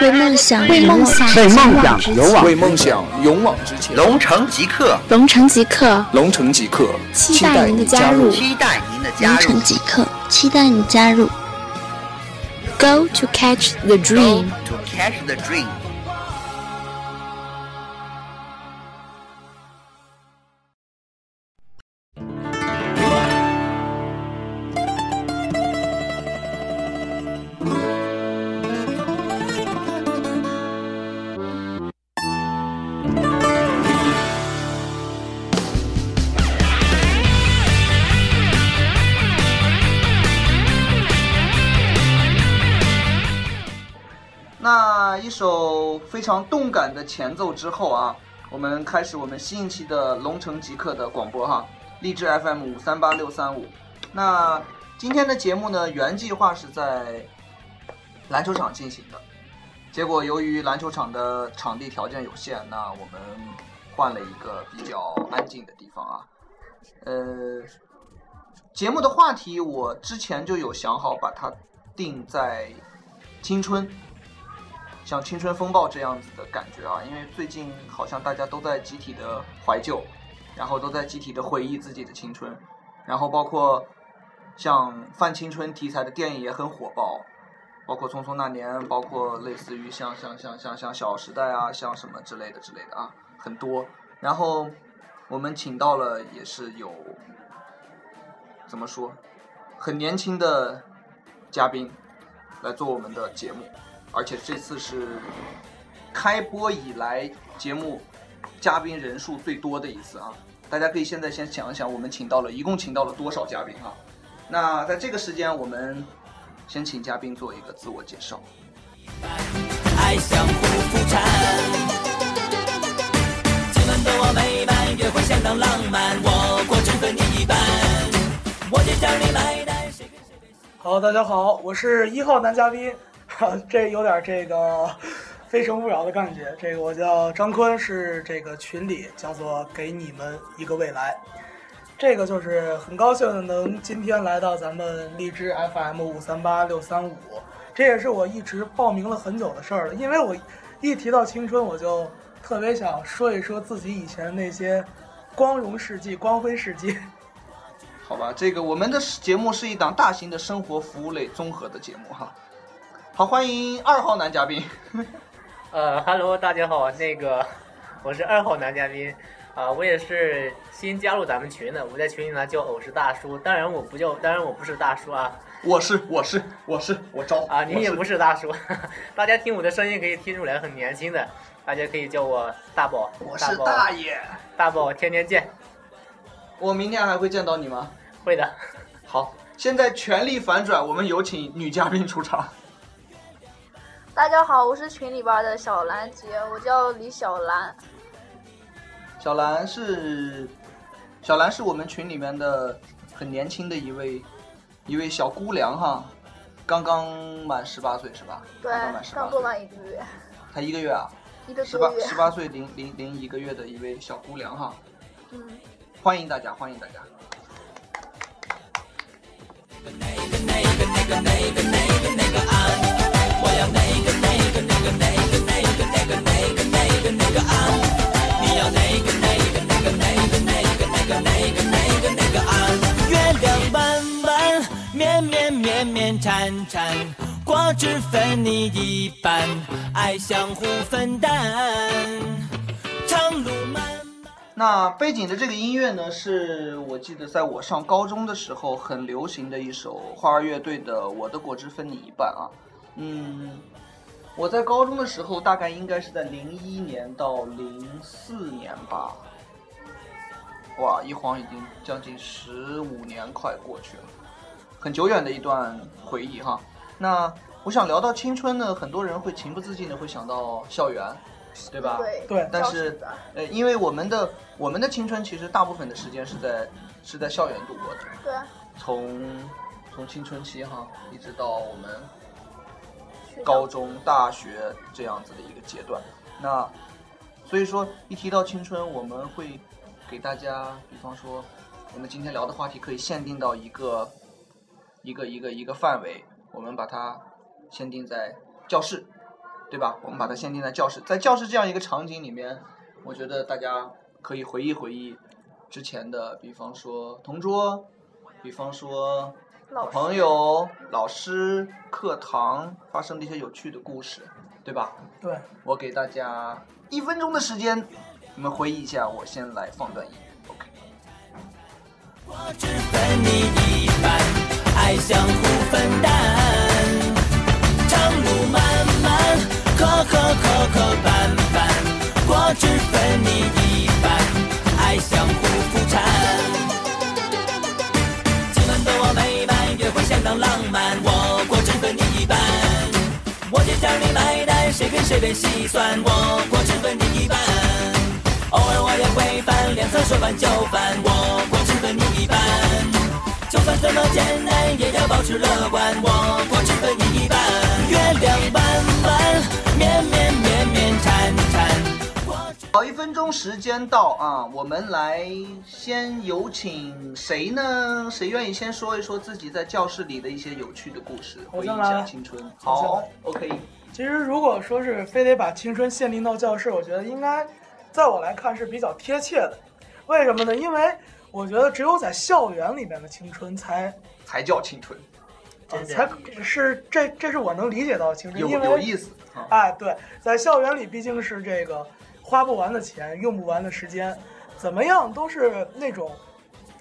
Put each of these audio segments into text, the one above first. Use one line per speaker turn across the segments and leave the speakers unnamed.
为梦想，
为梦想，
为梦想，勇往
为梦想勇往直前。
龙城即刻，
龙城即刻，
龙城即刻，
期待您的加入，
期待您的加
龙
入
城。即刻，期待你加入。
Go to catch the
Go
dream。
to catch the dream。
那一首非常动感的前奏之后啊，我们开始我们新一期的龙城极客的广播哈，励志 FM 五三八六三五。那今天的节目呢，原计划是在篮球场进行的，结果由于篮球场的场地条件有限，那我们换了一个比较安静的地方啊。呃，节目的话题我之前就有想好，把它定在青春。像《青春风暴》这样子的感觉啊，因为最近好像大家都在集体的怀旧，然后都在集体的回忆自己的青春，然后包括像泛青春题材的电影也很火爆，包括《匆匆那年》，包括类似于像像像像像《小时代》啊，像什么之类的之类的啊，很多。然后我们请到了也是有怎么说很年轻的嘉宾来做我们的节目。而且这次是开播以来节目嘉宾人数最多的一次啊！大家可以现在先想一想，我们请到了一共请到了多少嘉宾啊？那在这个时间，我们先请嘉宾做一个自我介绍。
爱像护肤产。今晚的我美满，约会相当浪漫，我国真和你一般。我就叫你来单，谁跟谁背信
好，大家好，我是一号男嘉宾，哈，这有点这个 《非诚勿扰》的感觉。这个我叫张坤，是这个群里叫做“给你们一个未来”。这个就是很高兴能今天来到咱们荔枝 FM 五三八六三五，这也是我一直报名了很久的事儿了。因为我一提到青春，我就特别想说一说自己以前那些光荣事迹、光辉事迹。
好吧，这个我们的节目是一档大型的生活服务类综合的节目哈。好，欢迎二号男嘉宾。
呃哈喽，大家好，那个 我是二号男嘉宾，啊、我也是新加入咱们群的，我在群里呢叫偶是大叔，当然我不叫，当然我不是大叔啊，
我是我是我是我招
啊，你也
我
不
是
是大叔， 大家听我的声音可以听出来很年轻的，大家可以叫我大宝，
我
大
是
宝，
大爷。
大宝，天天见，
我明天还会见到你吗？
会 的，
好，现在全力反转，我们有请女嘉宾出场。
大家好，我是群里边的小兰姐，我叫李小兰。
小兰是小兰是我们群里面的很年轻的一位一位小姑娘哈，刚刚满十八岁是吧？
对
刚刚满，十八
刚过
岁，
完一个月，
才一个月啊，
一个
十八
多月。
十八岁零零零一个月的一位小姑娘哈，
嗯，
欢迎大家，欢迎大家。
月亮弯弯，绵绵绵绵缠缠，果汁分你一半，爱相互分担。长路漫漫。
那背景的这个音乐呢，是我记得在我上高中的时候很流行的一首花儿乐队的《我的果汁分你一半》啊。嗯，我在高中的时候，大概应该是在零一年到零四年吧。哇，一晃已经将近十五年，快过去了，很久远的一段回忆哈。那我想聊到青春呢，很多人会情不自禁的会想到校园，对吧？
对
对
但
教
是
室的
呃，因为我们的我们的青春其实大部分的时间是在是在校园度过的，
对，
从从青春期哈，一直到我们
学校
高中、大学这样子的一个阶段。那所以说，一提到青春，我们会给大家，比方说，我们今天聊的话题可以限定到一个一个一个一个范围，我们把它限定在教室。对吧？我们把它限定在教室，在教室这样一个场景里面，我觉得大家可以回忆回忆之前的，比方说同桌，比方说
老
朋友、老师、课堂发生的一些有趣的故事，对吧？
对，
我给大家一分钟的时间，你们回忆一下。我先来放段音乐，OK。
我只分你一半，爱相互分担。长路漫漫，磕磕磕磕绊绊，我只分你一半，爱相互扶搀。今晚的我美满，约会相当浪漫，我果只分你一半。我结账你买单，谁跟谁被细算，我果只分你一半。偶尔我也会翻脸色，说翻就翻，我果只分你一半。就算这么艰难，也要保持乐观，我果只分你一半。月亮弯弯，绵绵绵绵缠缠。
好，一分钟时间到啊，我们来先有请谁呢？谁愿意先说一说自己在教室里的一些有趣的故事，
我
回忆
先
一
来
下青春？
我先
好
来
，OK，
其实如果说是非得把青春限定到教室，我觉得应该，在我来看是比较贴切的。为什么呢？因为我觉得只有在校园里面的青春才，
才叫青春，
呃、
真的
才是这这是我能理解到的青春，
有
因
有
为
意思啊。
哎，对，在校园里毕竟是这个花不完的钱，用不完的时间，怎么样都是那种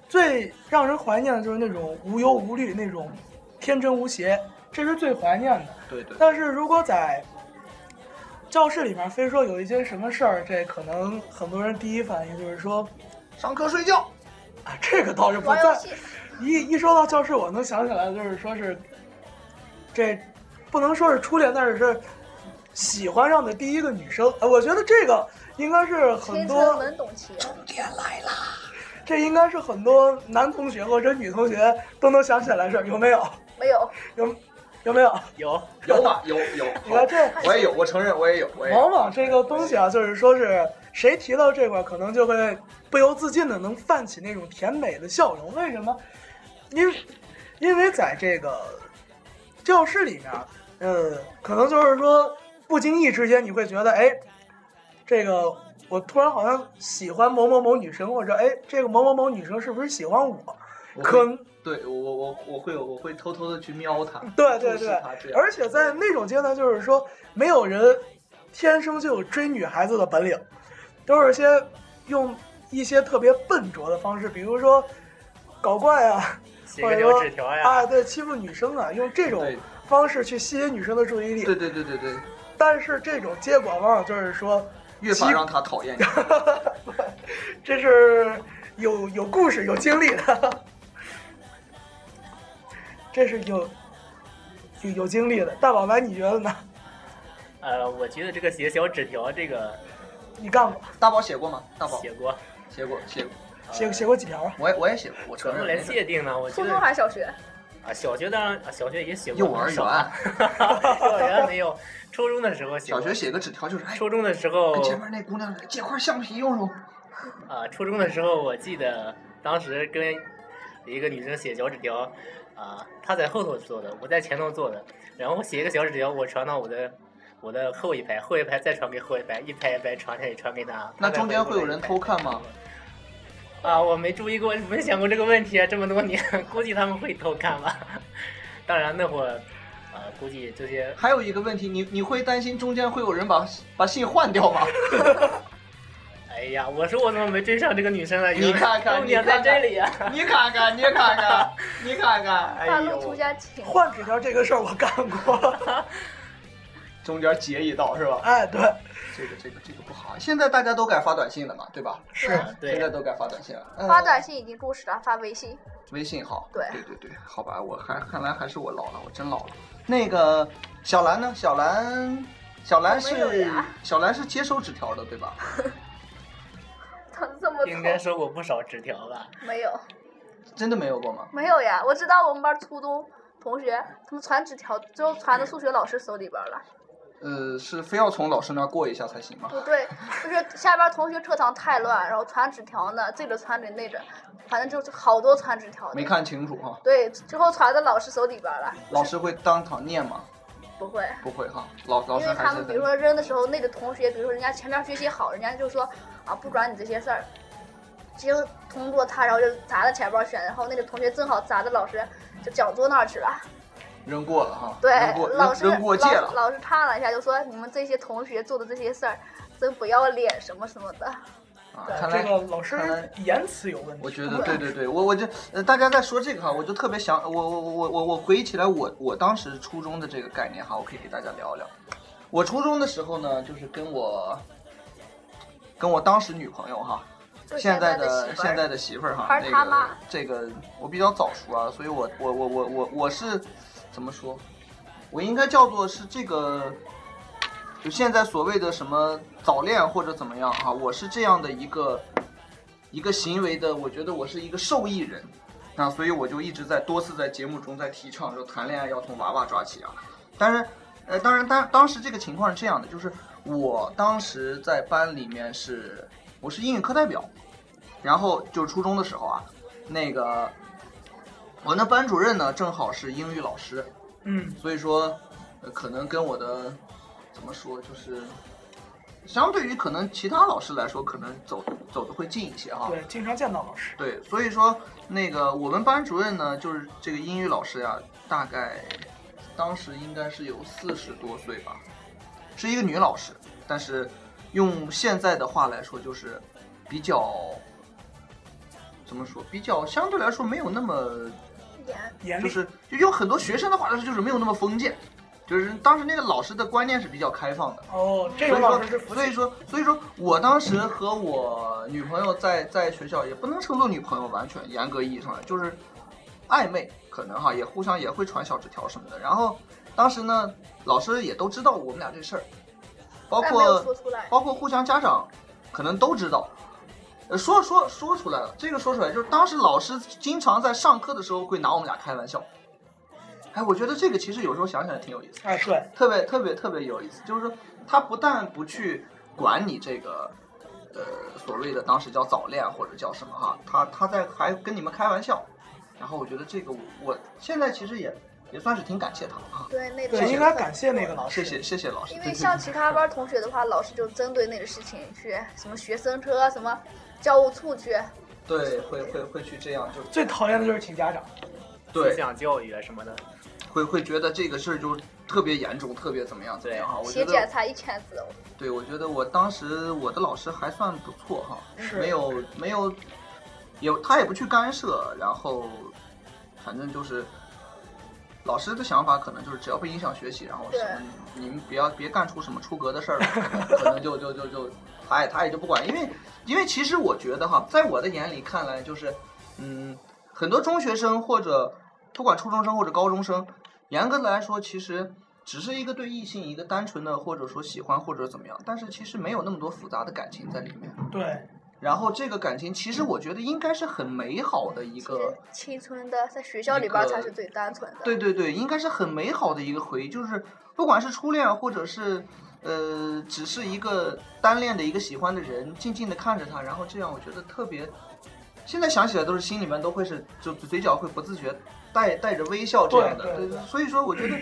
最让人怀念的就是那种无忧无虑、那种天真无邪，这是最怀念的。
对对，
但是如果在教室里面非说有一些什么事儿，这可能很多人第一反应就是说
上课睡觉，
啊，这个倒是不
玩游
在。
戏，
一一说到教室，我能想起来的就是说是这不能说是初恋，但是是喜欢上的第一个女生。呃我觉得这个应该是很
青
多
春文董卿，
这应该是很多男同学或者女同学都能想起来的事儿，有没有？
没有，
有有没有？
有
有吧？有有，
你哦看
好
这
我也有，我承认我也有，我也有
往往这个东西啊，就是说是谁提到这块儿，可能就会不由自禁的能泛起那种甜美的笑容。为什么？因因为在这个教室里面，呃，可能就是说不经意之间，你会觉得，哎，这个我突然好像喜欢某某某女生，或者哎，这个某某某女生是不是喜欢我？
我会
可
对我我我我会有我会偷偷的去瞄他，
对对
注视
对
他这，样
而且在那种阶段，就是说没有人天生就有追女孩子的本领，都是些用一些特别笨拙的方式，比如说搞 怪啊，
写
或
个
者
小
说
纸条呀，
啊，对，欺负女生啊，用这种
对
方式去吸引女生的注意力。
对对对对对，
但是这种结果往往就是说，
越发让他讨厌你。
这是有有故事、有经历的， 这是有有有经历的。大宝白，你觉得呢？
哎
呃，我觉得这个写小纸条这个
你干过？
大宝写过吗？大宝
写过，
写过写过，
写写过几条啊？
我也我也写过，我
怎
承
么
认
来
没事。
界定呢？我觉
初
得
中还是小学？
啊，小学当然啊小学也写过，
幼 儿园、
幼儿园没有，初中的时候写
小
过，
学写个纸条就是，哎，
初中的时候
跟前面那姑娘借块橡皮用用。
啊，初中的时候我记得当时跟一个女生写小纸条，啊，她在后头坐的，我在前头坐的，然后我写一个小纸条，我传到我的。我的后一排，后一排再传给后一排，一排一排传下去，传给她。
那
她再
中间
回
会有
过来
人
一排
偷看吗？
啊，我没注意过，没想过这个问题啊，这么多年， 估计他们会偷看吧。 当然那会儿，呃，估计这些
还有一个问题，你你会担心中间会有人把把信换掉吗？
哎呀，我说我怎么没追上这个女生呢？
你看看
重点在这里呀、啊
你看看，你看看，你看 看，
哎
大
呦
陆涂家情，
换纸条这个事儿我干过，
中间截一道是吧？
哎，对，
这个这个这个不好。现在大家都改发短信了嘛，对吧？
是
啊
现在
对，
都改发短信了。嗯
发短信已经过时了，发微信。
微信好。
对
对对对，好吧，我还看来还是我老了，我真老了。那个小兰呢？小兰，小兰
我没有
是
呀
小兰是接收纸条的对吧？
长得这么
应该
丑，
收过不少纸条吧？
没有，
真的没有过吗？
没有呀。我知道我们班初中同学，他们传纸条，最后传到数学老师手里边了。
呃，是非要从老师那儿过一下才行吗？
不对，就是下边同学课堂太乱，然后传纸条呢，这个传着那个，反正就是好多传纸条的。
没看清楚哈，
对，最后传到老师手里边了。
老师会当场念吗？
不会。
不会哈，老老
因
师
为
还
他
是
们比
在
如说扔的时候，那个同学，比如说人家前面学习好，人家就说啊不管你这些事儿，直接通过他，然后就砸到前边儿去，然后那个同学正好砸到老师就脚桌那儿去了，
扔过了哈，
对
扔过，
老
扔
师
扔过界
老
了，
老师看了一下，就说你们这些同学做的这些事儿真不要脸什么什么的，
啊
对
看
这
来
个老师
看来
言辞有问题。
我觉 得对对对，我我就呃，大家在说这个哈，我就特别想，我我我我我回忆起来我我当时初中的这个概念哈，我可以给大家聊一聊。我初中的时候呢，就是跟我跟我当时女朋友哈，
就是
现在
在
的
媳妇
现
儿
在的媳妇儿哈，
还
那
是他妈
个这个我比较早熟啊，所以我我我我我我是怎么说？我应该叫做是这个，就现在所谓的什么早恋或者怎么样哈、我是这样的一个一个行为的，我觉得我是一个受益人，那所以我就一直在多次在节目中在提倡说谈恋爱要从娃娃抓起啊，但是呃，当然当当时这个情况是这样的，就是我当时在班里面是我是英语课代表，然后就是初中的时候啊，那个我那班主任呢正好是英语老师，
嗯，
所以说、呃可能跟我的怎么说就是。相对于可能其他老师来说，可能走走的会近一些哈。
对，经常见到老师。
对，所以说那个我们班主任呢，就是这个英语老师呀，大概当时应该是有四十多岁吧，是一个女老师，但是用现在的话来说，就是比较怎么说，比较相对来说没有那么
演
严
就
厉，
是就用很多学生的话来说，就是没有那么封建，就是当时那个老师的观念是比较开放的。
哦，这
所
种
以
老
说
师是，福
所以
气。
说，所以说我当时和我女朋友在在学校也不能称作女朋友，完全严格意义上来就是暧昧，可能哈也互相也会传小纸条什么的。然后当时呢，老师也都知道我们俩这事儿，包
但没有
括
说出来，
包括互相家长可能都知道。呃，说说说出来了，这个说出来就是当时老师经常在上课的时候会拿我们俩开玩笑。哎，我觉得这个其实有时候想起来挺有意思的。
哎，对，
特别特别特别有意思，就是说他不但不去管你这个，呃，所谓的当时叫早恋或者叫什么哈，他他在还跟你们开玩笑，然后我觉得这个我我现在其实也也算是挺感谢他了哈，
对那个
对，应该感谢那个老
谢
师。
谢谢谢老师，
因
对
为
对
像
对
其他班同学的话，老师就针对那个事情去什么学生车啊什么教务处去，
对会会会去这样就
最讨厌的就是请家长。
思
对
想教育啊什么的，
会会觉得这个事儿就特别严重，特别怎么样怎么样哈，我觉
写检
得
查一千字，
对我觉得我当时我的老师还算不错哈，
嗯
是
没有没有，有他也不去干涉，然后反正就是老师的想法可能就是只要不影响学习，然后什么你们不要别干出什么出格的事儿来，可能就就就就他也他也就不管，因为因为其实我觉得哈，在我的眼里看来就是嗯，很多中学生或者不管初中生或者高中生，严格的来说其实。只是一个对异性一个单纯的或者说喜欢或者怎么样，但是其实没有那么多复杂的感情在里面。
对，
然后这个感情其实我觉得应该是很美好的一
其实
个，
青春的在学校里边儿才是最单纯的。
对对对，应该是很美好的一个回忆，就是不管是初恋啊或者是呃，只是一个单恋的一个喜欢的人，静静的看着他，然后这样我觉得特别，现在想起来都是心里面都会是就嘴角会不自觉带带着微笑这样的，
对对对
所以说我觉得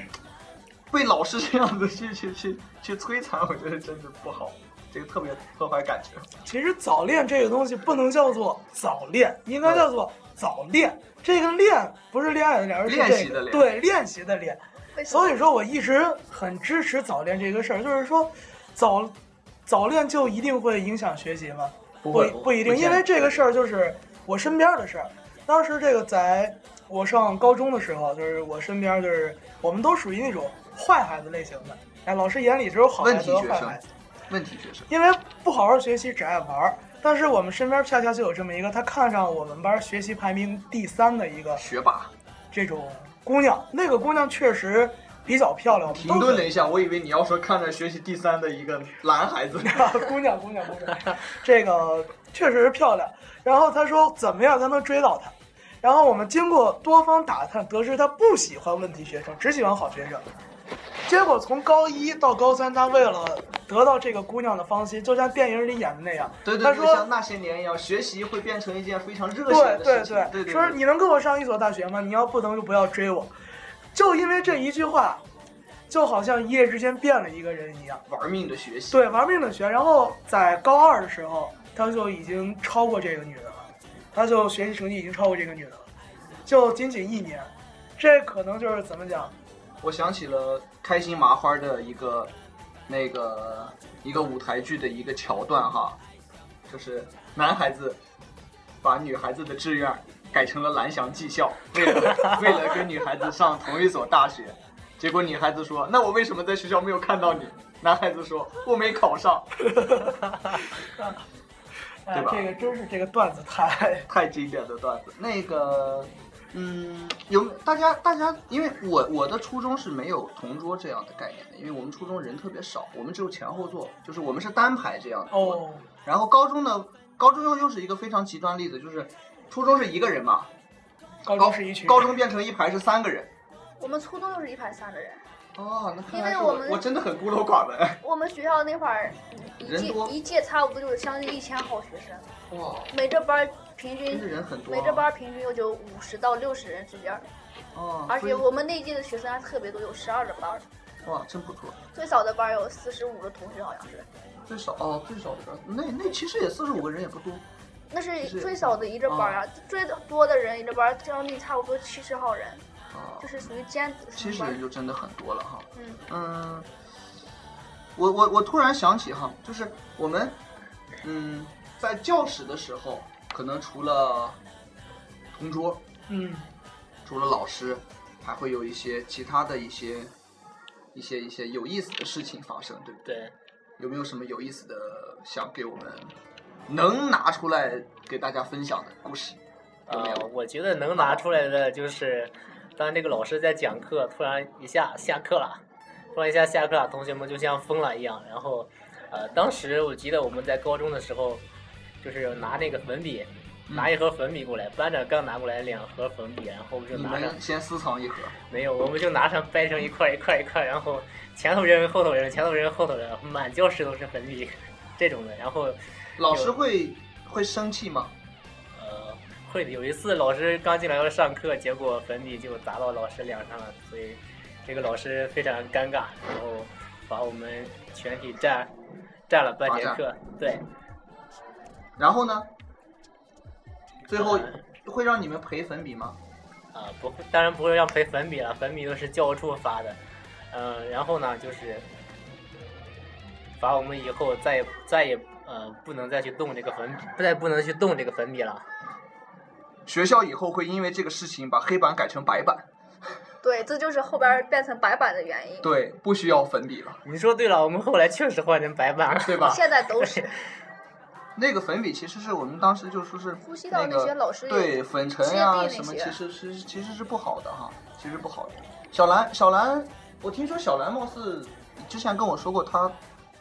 被老师这样子去去去去摧残，我觉得真是不好，这个特别破坏感觉。
其实早恋这个东西不能叫做早恋，应
嗯
该叫做早恋。这个恋不是恋爱的恋，而是
练习
这
的
个
恋
对练习的练。
为什么
所以说我一直很支持早恋这个事儿，就是说早早恋就一定会影响学习吗？
不
不
会
不一定，
不
因为这个事儿就是我身边的事儿。当时这个在我上高中的时候，就是我身边就是我们都属于那种坏孩子类型的，哎，老师眼里只有好孩
问
子
题
和
学
坏
生
孩子。
问题学生。
因为不好好学习，只爱玩儿。但是我们身边恰恰就有这么一个，她看上我们班学习排名第三的一个
学霸。
这种姑娘，那个姑娘确实比较漂亮。我们
停
都
顿
觉
了
得
一下，我以为你要说看着学习第三的一个男孩 子，
姑娘，姑娘，姑娘，这个确实是漂亮。然后她说怎么样才能追到她？然后我们经过多方打探，得知她不喜欢问题学生，只喜欢好学生。结果从高一到高三，她为了得到这个姑娘的芳心，就像电影里演的那样，
对
他
对
说
对，像那些年一样，学习会变成一件非常热血
对
的事情。对
说
对，
你能跟我上一所大学吗？你要不能就不要追我。就因为这一句话，就好像一夜之间变了一个人一样。
玩命的学习。
对，玩命的学。然后在高二的时候，他就已经超过这个女的了，他就学习成绩已经超过这个女的了，就仅仅一年。这可能就是怎么讲？
我想起了开心麻花的一个那个一个舞台剧的一个桥段哈，就是男孩子把女孩子的志愿改成了蓝翔技校，为了为了跟女孩子上同一所大学。结果女孩子说：“那我为什么在学校没有看到你？”男孩子说：“我没考上。
哎
对吧，
这个真是这个段子太……”
太经典的段子。那个，嗯，有大家大家，因为我我的初中是没有同桌这样的概念的，因为我们初中人特别少，我们只有前后座，就是我们是单排这样的坐的。
哦，
然后高中呢，高中又又是一个非常极端例子，就是初中是一个人嘛，
高中是一群
高中变成一排是三个人。
我们初中都是一排三个人，
哦，那看来
因为
是
我们
我真的很孤陋寡闻。
我们学校那会儿一
人
届
多
一届差不多就是将近一千好学生，
哇，
每个班儿平
真是
均
人很多、啊。
每个班儿平均也就五十到六十人之间儿，
哦，
而
所
且
以
我们那届的学生还特别多，有十二个班儿，
哇，真不错。
最少的班儿有四十五个同学好像是，
最少哦，最少的那那其实也四十五个人也不多。
那是
是嗯
最少的一个班儿啊，最多的人一个班儿将近差不多七十号人，
啊
就，是属于尖子
七
生
十
班
人
儿。
就真的很多了哈。
嗯，
嗯，我我我突然想起哈，就是我们，嗯，在教室的时候，可能除了同桌，
嗯，
除了老师，还会有一些其他的一些一些一些有意思的事情发生，对不对？
对，
有没有什么有意思的想给我们能拿出来给大家分享的故事？有没
呃
有，
我觉得能拿出来的就是，当这个老师在讲课，突然一下下课了，突然一下下课了，同学们就像疯了一样。然后，呃，当时我记得我们在高中的时候，就是拿那个粉笔，
嗯
拿一盒粉笔过来，班长刚拿过来两盒粉笔，然后就
你
拿上
们先私藏一盒，
没有，我们就拿上掰成一块一块一块，然后前头扔后头扔，前头扔后头扔，满教室都是粉笔 这种的。然后
老师会会生气吗？
呃，会的。有一次老师刚进来要上课，结果粉笔就砸到老师脸上了，所以这个老师非常尴尬，然后把我们全体占占了半节
罚
课。对，
然后呢？最后
呃
会让你们赔粉笔吗？
啊、不会，当然不会让赔粉笔了，粉笔都是教务处发的。嗯、然后呢，就是罚我们以后再也再也呃不能再去动这个粉，再不能去动这个粉笔了。
学校以后会因为这个事情把黑板改成白板，
对，这就是后边儿变成白板的原因。
对，不需要粉笔了，
你说对了，我们后来确实换成白板了。
对吧？
现在 都是
那个粉笔其实是我们当时就说是
呼吸道
那
那些
个
老师
对
也
粉尘呀、
接地那
什么，
些
其实是其实是不好的哈，其实不好的。小兰，小兰，我听说小兰貌似之前跟我说过她，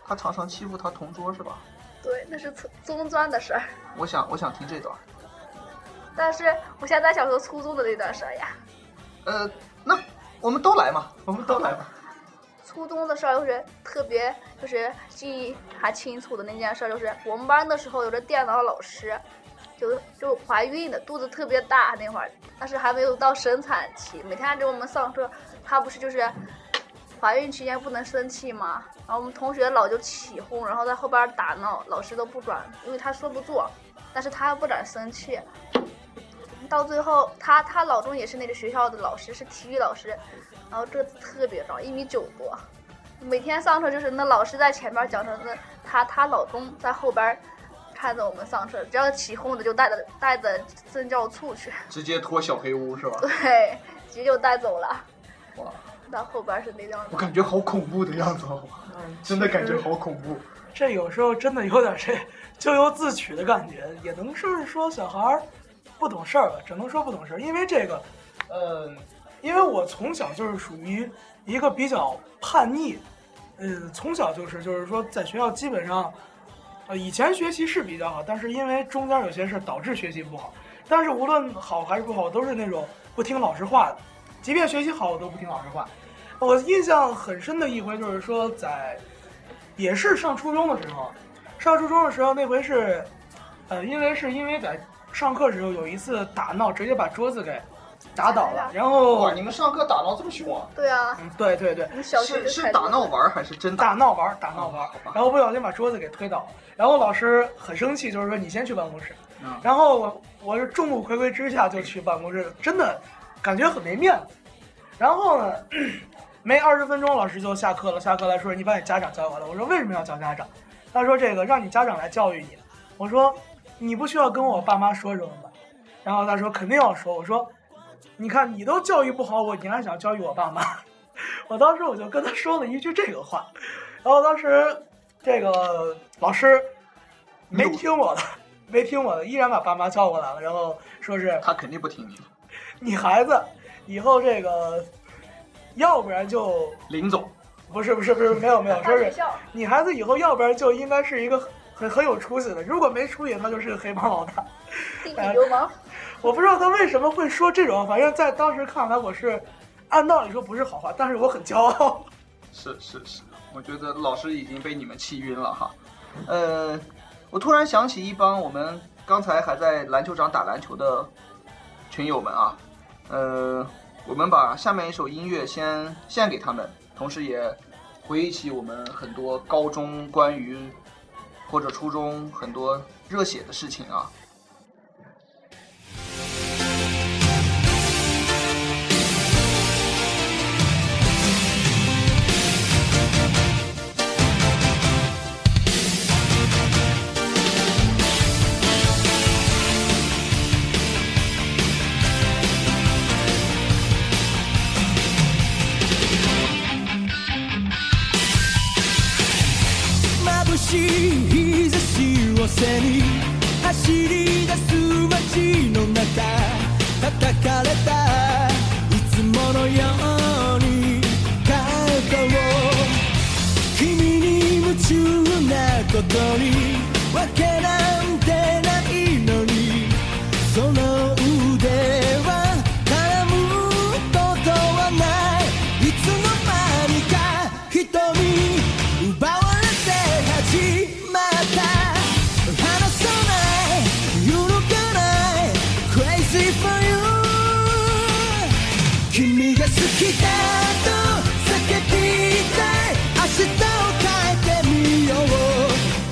她常常欺负她同桌是吧？
对，那是初中专的事儿。
我想我想听这段儿。
但是我现在想说初中的那段事儿呀，
呃，那我们都来嘛，我们都来嘛。
初中的事儿就是特别就是记忆还清楚的那件事，儿，就是我们班的时候有个电脑老师，就就怀孕的，肚子特别大那会儿，但是还没有到生产期，每天给我们上课，她不是就是。怀孕期间不能生气嘛，然后我们同学老就起哄，然后在后边打闹，老师都不管，因为她说不做，但是她不敢生气，到最后，她她老公也是那个学校的老师，是体育老师，然后个子特别高，一米九多。每天上课就是那老师在前面讲课，那她她老公在后边看着我们上课，只要起哄的就带着带着政教处去，
直接拖小黑屋是吧？
对，直接就带走了。
哇，
到后边是那样
我
子，
感觉好恐怖的样子哦，
嗯
真的感觉好恐怖。
这有时候真的有点这咎由自取的感觉，也能是说小孩儿不懂事儿吧，只能说不懂事儿，因为这个，呃，因为我从小就是属于一个比较叛逆，呃，从小就是就是说在学校基本上，呃，以前学习是比较好，但是因为中间有些事儿导致学习不好，但是无论好还是不好，都是那种不听老师话的，即便学习好，我都不听老师话。我印象很深的一回就是说在。也是上初中的时候，上初中的时候那回是，呃，因为是因为在上课时候有一次打闹，直接把桌子给打倒了，然
哇，
后
你们上课打闹这么凶啊？
对啊，
嗯对对对，
你小时候
是
就是开始
打闹玩儿还是真打？
打闹玩儿打闹玩儿
好吧，
然后不小心把桌子给推倒了，然后老师很生气，就是说你先去办公室
嗯，
然后我我是众目睽睽之下就去办公室，真的感觉很没面子。然后呢，没二十分钟，老师就下课了，下课来说你把你家长叫过来，我说为什么要叫家长？他说这个让你家长来教育你，我说你不需要跟我爸妈说什么吧？然后他说肯定要说，我说你看你都教育不好我，你还想教育我爸妈？ 我当时我就跟他说了一句这个话，然后当时这个老师没听我的，没听我的，依然把爸妈叫过来了，然后说是
他肯定不听你的，
你孩子以后这个，要不然就
林总，
不是不是不是没有没有，
大
说
学
是
校，
你孩子以后要不然就应该是一个很很有出息的，如果没出息，他就是个黑帮老大。
地痞流氓，
我不知道他为什么会说这种话，反正在当时看来我是，按道理说不是好话，但是我很骄傲。
是是是，我觉得老师已经被你们气晕了哈。呃，我突然想起一帮我们刚才还在篮球场打篮球的群友们啊，呃，我们把下面一首音乐先献给他们，同时也回忆起我们很多高中关于或者初中很多热血的事情啊。
眩しい日差しを背に走り出す街の中叩かれたいつものように肩を君に夢中なことにわけなんてないのにその腕は絡むことはないいつの間にか瞳奪われて始まった離さない揺るがない Crazy for you 君が好きだと叫びたい明日を変えてみよう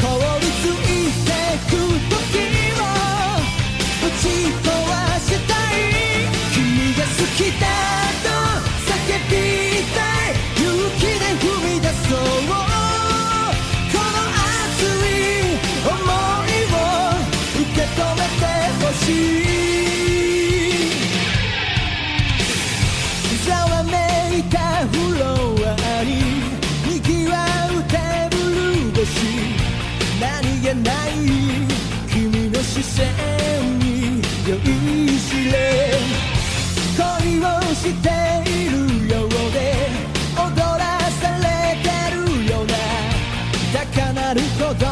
凍りついてく時をぶち壊したい君が好きだと叫びたい勇気で踏み出そうこの熱い想いを受け止めてほしいざわめいたフロアに賑わうテーブル越し何気ない君の視線に酔いしれ恋をしているようで踊らされてるような高鳴る鼓動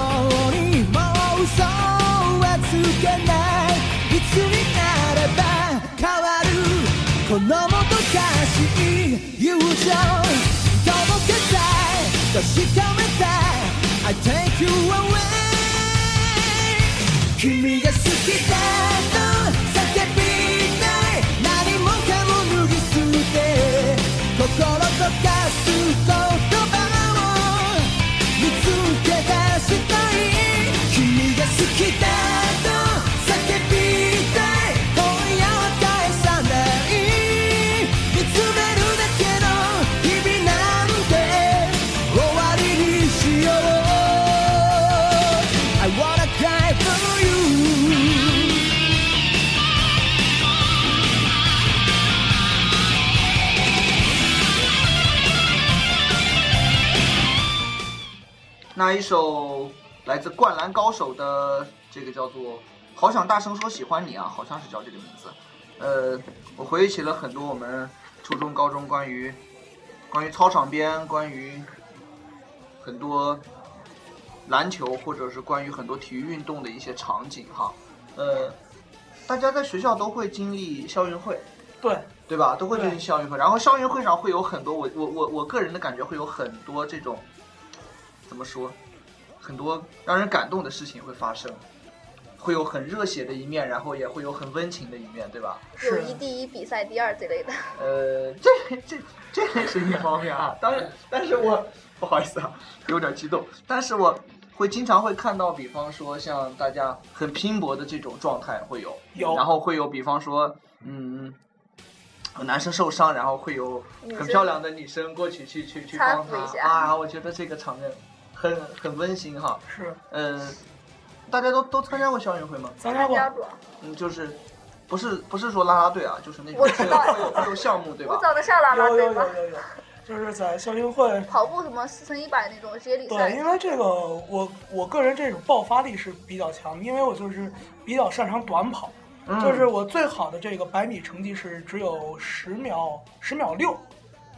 にもう嘘はつけないいつになれば変わるこのもどかしい友情届けたい確かめたい I take you away 君が好きだと叫びたい何もかも脱ぎ捨て心とかす言葉を見つけ出したい君が好きだと叫びたい今夜は返さない見つめるだけの日々なんて終わりにしよう I wanna die for you
那一首来自《灌篮高手》的这个叫做《好想大声说喜欢你》啊，好像是叫这个名字。呃，我回忆起了很多我们初中、高中关于关于操场边、关于很多篮球或者是关于很多体育运动的一些场景哈。呃，大家在学校都会经历校运会，
对，
对吧？都会
对
进行校运会，然后校运会上会有很多我我我我个人的感觉会有很多这种怎么说，很多让人感动的事情会发生。会有很热血的一面，然后也会有很温情的一面，对吧？
友
是啊
谊第一，比赛第二这类的。
呃，这这这个是一方面啊，当然，但是我不好意思啊，有点激动，但是我会经常会看到，比方说像大家很拼搏的这种状态会有，
有
然后会有比方说，嗯。男生受伤，然后会有很漂亮的女生过去去去去
搀
帮
扶一
他
下
啊！我觉得这个场面很很温馨哈。
是
呃，大家都都参加过校运会吗？
参加过，
家主，
嗯，就是不是不是说啦啦队啊，就是那种
我知道
会有会有项目对吧
我？早得上啦啦
有
队
有
吗？
有有有，就是在校运会。
跑步什么四乘一百那种职业比
对，
赛
因，为这个我我个人这种爆发力是比较强，因为我就是比较擅长短跑，
嗯
就是我最好的这个百米成绩是只有十秒十秒六，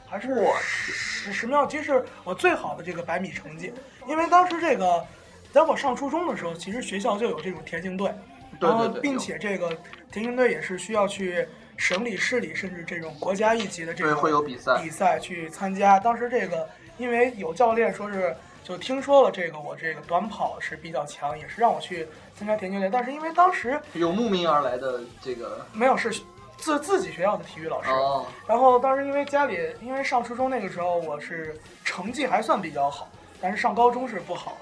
还是十十秒七是我最好的这个百米成绩，因为当时这个在我上初中的时候，其实学校就有这种田径队，
对
然后
对对
并
有
且这个田径队也是需要去省里、市里，甚至这种国家一级的这
对
种
会有比赛
比赛去参加。当时这个因为有教练说是就听说了这个我这个短跑是比较强，也是让我去参加田径队，但是因为当时
有慕名而来的这个
没有是自自己学校的体育老师，
哦，
然后当时因为家里，因为上初中那个时候我是成绩还算比较好，但是上高中是不好的。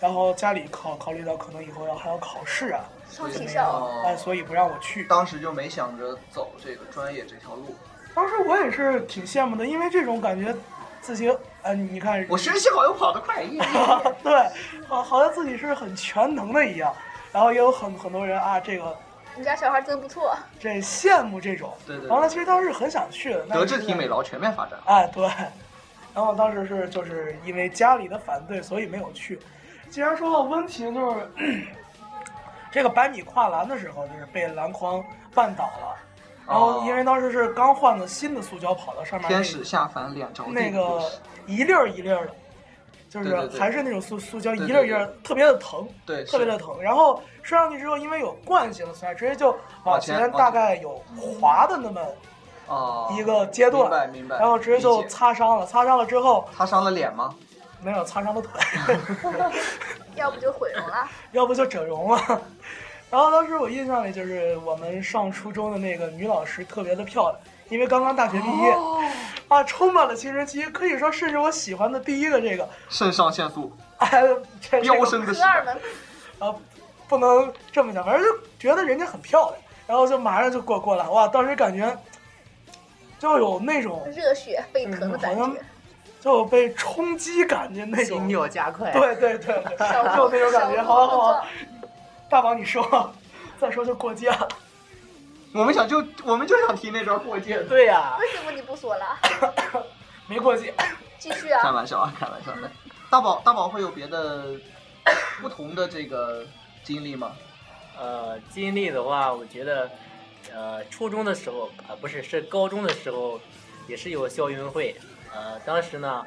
然后家里考考虑到可能以后要还要考试啊，
上体
怎么
校，
样？哎，所以不让我去。
当时就没想着走这个专业这条路。
当时我也是挺羡慕的，因为这种感觉自己，呃，你看，
我学习好又跑得快，耶耶耶
对，好，好像自己是很全能的一样。然后也有很很多人啊，这个
你家小孩真不错，
这羡慕这种。
对对对
完了，其实当时很想去的，但
德
是
智体美劳全面发展。
哎，对。然后当时是就是因为家里的反对，所以没有去。既然说到温情，就是 这个百米跨栏的时候，就是被篮筐绊倒了。然后因为当时是刚换的新的塑胶跑道，上面那
哦天
个
使下凡两着地，
那个一粒儿一粒儿的，就是
对对对
还是那种塑塑胶一
对对
粒儿一粒儿，特别的疼，
对
特别的疼。然后摔上去之后，因为有惯性的存在，直接就往
往前
前
往前
大概有滑的那么
哦，
一个阶段，
明白明白。
然后直接就
理解
擦伤了，擦伤了之后
他伤了脸吗？
没有擦 伤了腿，
要不就毁容了。
要不就整容了。然后当时我印象里就是我们上初中的那个女老师特别的漂亮，因为刚刚大学毕业，
哦
啊，充满了青春期，可以说是我喜欢的第一个这个，
肾上腺素
哎，这这
飙
个
升的时
科二
代，
门
啊，不能这么讲，反正就觉得人家很漂亮，然后就马上就过过来，哇，当时感觉就有那种
热血沸腾的
嗯
感
好像
觉，
就有被冲击感的那种
心，跳加快，
对对对对，
小鹿
就有那种感觉。
小鹿
好啊好
碰
好
撞，
大王你说，再说就过界了。
我们想就我们就想提那段过界的，
对呀、
为什么你不说了？
没过界，
继续
开
啊，
玩笑啊，开玩笑的。大宝大宝会有别的不同的这个经历吗？
呃，经历的话，我觉得，呃，初中的时候啊、不是，是高中的时候，也是有校运会。呃，当时呢，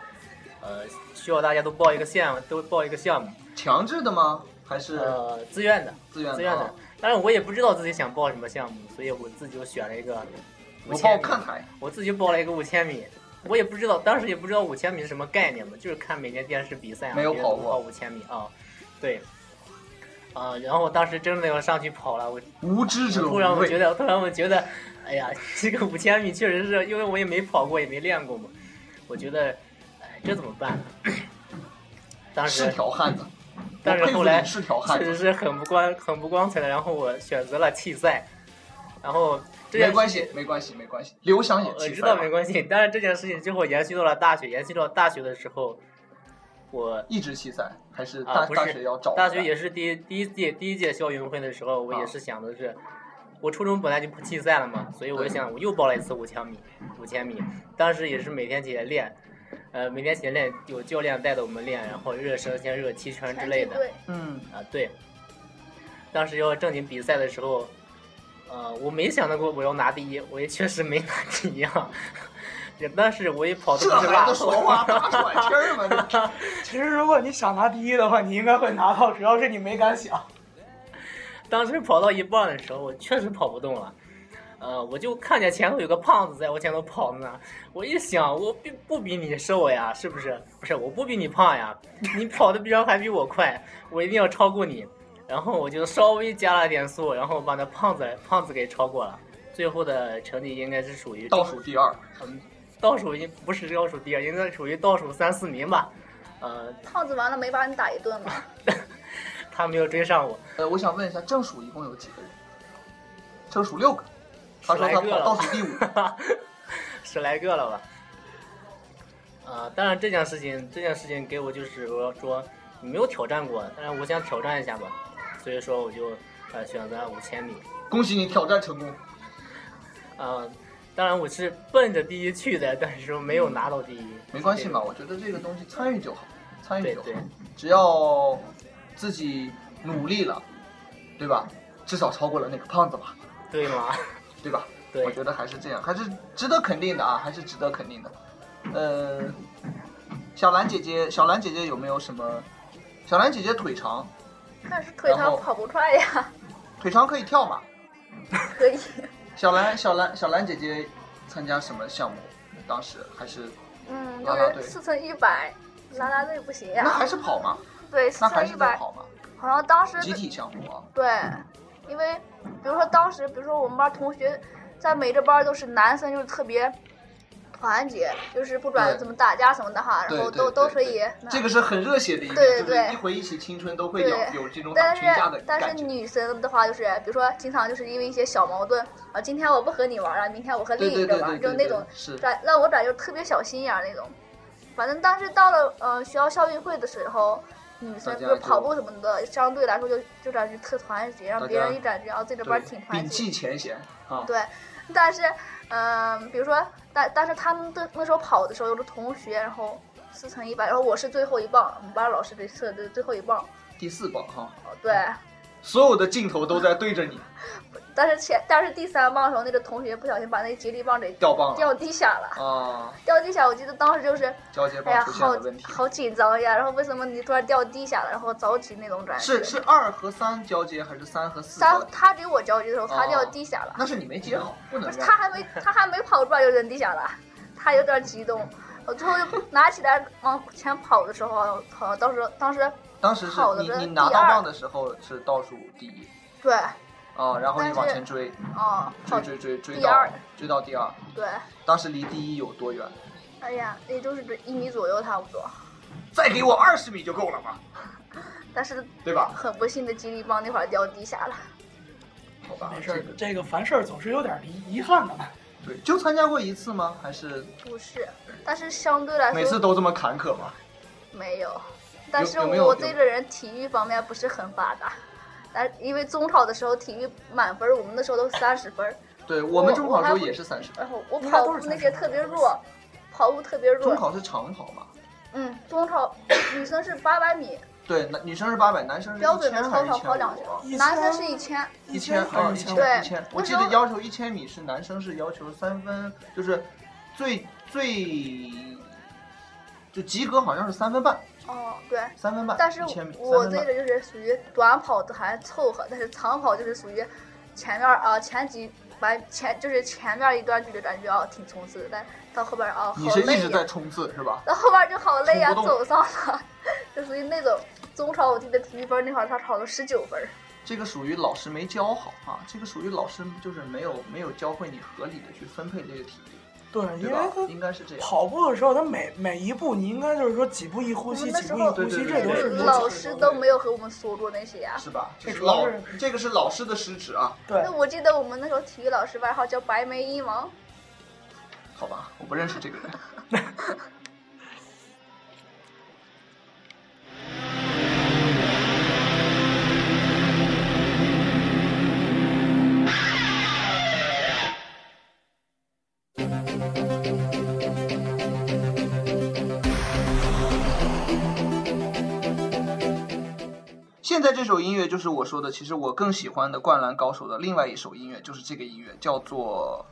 呃，需要大家都报一个项，都报一个项目，
强制的吗？还是
呃，自愿的，
自愿的？
自愿的
啊。
当然，我也不知道自己想报什么项目，所以我自己就选了一个五
我报
千米。
看台，
我自己报了一个五千米，我也不知道，当时也不知道五千米是什么概念嘛，就是看每年电视比赛啊，
没有
别人
跑
都
过
跑五千米啊，对，啊、然后我当时真的要上去跑了，我
无知者
我
无
突然我觉
畏。
得，突然我觉得，哎呀，这个五千米确实是因为我也没跑过，也没练过嘛，我觉得，哎，这怎么办呢？当时
是条汉子，
但是后来
我佩服你是条汉
确实
子，
是很不光很不光彩的，然后我选择了弃赛，然后这件
没
事
关系，没关系，没关系。刘翔也
哦我
气
知
愤了
道没关系，但是这件事情最后延续到了大学，延续到大学的时候，我
一直弃赛，还是大、
啊不
大
是
学呃要找啊
大学也是第一第一届第一届校运会的时候，我也是想的是，我初中本来就不弃赛了嘛，所以我就想我又报了一次五千米，五千米，当时也是每天起来练，呃，每天起来练，有教练带着我们练，然后热身、先热七圈之
全
类
军
的，
队
嗯，
啊，对，当时要正经比赛的时候，呃，我没想到过我要拿第一，我也确实没拿第一啊。 也但是我也跑的
这
不是辣
孩子说话大喘气儿吗？这
其实如果你想拿第一的话，你应该会拿到，只要是你没敢想。
啊
当时跑到一半的时候，我确实跑不动了。呃，我就看见前头有个胖子在我前头跑呢，我一想，我比不比你瘦呀？是不是？不是，我不比你胖呀，你跑的比较还比我快，我一定要超过你。然后我就稍微加了点速，然后把那胖子胖子给超过了。最后的成绩应该是属于
倒数第二，
嗯，倒数应不是倒数第二，应该属于倒数三四名吧。呃，
胖子完了没把你打一顿 吗？
他没有追上我，
呃，我想问一下，正数一共有几个人？正数六个，他说
十来
他
个了
跑倒数第五，
十来个了吧。啊、当然这件事情，这件事情给我就是说说你没有挑战过，但是我想挑战一下吧，所以说我就呃选择五千米。
恭喜你挑战成功。
啊、当然我是奔着第一去的，但是说没有拿到第一，
嗯没关系嘛，我觉得这个东西参与就好，参与
对
就好
对，
只要自己努力了，对吧？至少超过了那个胖子吧，
对吗？
对吧？
对
我觉得还是这样，还是值得肯定的啊，还是值得肯定的。呃，小兰姐姐，小兰姐姐有没有什么？小兰姐姐腿长，
但是腿
然后
长跑不快呀，
腿长可以跳嘛？
可 以。
啊小兰，小兰，小兰姐姐参加什么项目？当时还是
嗯，
啦
就
啦队
是四乘一百，啦啦队不行
那
呀。
还是跑嘛？
对，四
那还
乘一
是在
百，
跑嘛？
好像当时
集体项目啊，
对，因为比如说当时，比如说我们班同学在每个班都是男生，就是特别团结，就是不管
对
怎么打架什么的哈，然后
对
都
对
都
对
可以
对。
那
这个是很热血的一面，
对对
就是
对
一回忆起青春都会有
对
有这种打
但
群架的
是
感觉。
但是女生的话，就是比如说经常就是因为一些小矛盾啊，今天我不和你玩了，明天我和另
对对对
一个
对对
玩，就
对
那种
是
感让我感觉特别小心眼儿那种。反正当时到了呃学校校运会的时候，女生
大
不
家
是
就
跑步什么的，相对来说就就感觉特团结，
大
让别
家
人一感觉啊这个班
对
挺团
摒
结。
弃前嫌啊，
对，但是嗯、比如说但但是他们的那时候跑的时候，有的同学然后四乘一百，然后我是最后一棒，我们班老师给设的最后一棒。哦
第四棒哈，
对，
所有的镜头都在对着你
但是前但是第三棒的时候，那个同学不小心把那接力棒给
掉棒了
掉地下了，
啊，
掉地下。我记得当时就是，
交接
哎呀，
棒出现
好
了问题。
好紧张呀！然后为什么你突然掉地下了？然后着急那种感觉。
是是二和三交接还是三和四
三
交，接？
他给我交接的时候，他
哦
掉地下了。
那是你没接好，不能
不是
让
他还没
嗯
他还没跑出来就扔地下了，他有点激动。我最后就拿起来往前跑的时候，好像当时当时
当时是
好的
你
不是
你拿
第
到
二
棒的时候是倒数第一
对，
啊，然后你
但
往
是
前追
哦，跑
追追追追
第
到
二
追到第二，
对，
当时离第一有多远？
哎呀，也就是这一米左右差不多。
再给我二十米就够了嘛，
但是
对吧？
很不幸的接力棒那会儿掉地下了。
好吧，
没事
这
儿
个，
这个凡事儿总是有点儿遗遗憾的嘛。
对，就参加过一次吗？还是
不是，但是相对来
每次
说
都这么坎坷吗？
没有。但是
有没有
我
有
这个人体育方面不是很发达，但因为中考的时候体育满分儿，我们那时候都三十分儿，
对我们中考时候
我还不
也是三十，
然后我
应该
跑
都
步
是
那些
30分儿
特别弱，跑步特别弱。
中考是长跑嘛？
嗯，中超女生是八百米
对，男女生是八百，男生是
标
一
准的
千嗯
操
还是
场
一
跑两
千
圈
五？，啊
一
男生
千
是一千，
一千
千还
啊，
是
一千五，
一千五
对
一千。我
那
记
时候
得要求一千米是男生是要求三分，就是最最就及格好像是三分半，
哦，对。
三分半。
但是
一千米
我
三
这
分
个
半
就是属于短跑的还凑合，但是长跑就是属于前面啊、前几完前就是前面一段距离感觉啊挺冲刺的，但到后边啊
你
好
是
累
一直在
呀，
冲刺是吧？
到后边就好累呀，
冲不动
走上了，就属于那种中超我记得体育分那会儿他考了十九分，
这个属于老师没教好啊，这个属于老师就是没有没有教会你合理的去分配这个体力，
对，因
对
为
吧
他？
应该是这样。
跑步的时候，他每每一步你应该就是说几步一呼
我
吸，
们那
几
时
步一
候
呼吸，
对
这
对
都
对
是
对
有
老
讲
师
究的
都没有和我们说过那些呀。
是吧？这
这
是
主要
老
是
这个是老师的失职啊，
对
那，我记得我们那时候体育老师外号叫白眉鹰王。
好吧，我不认识这个人。现在这首音乐就是我说的，其实我更喜欢的《灌篮高手》的另外一首音乐，就是这个音乐，叫做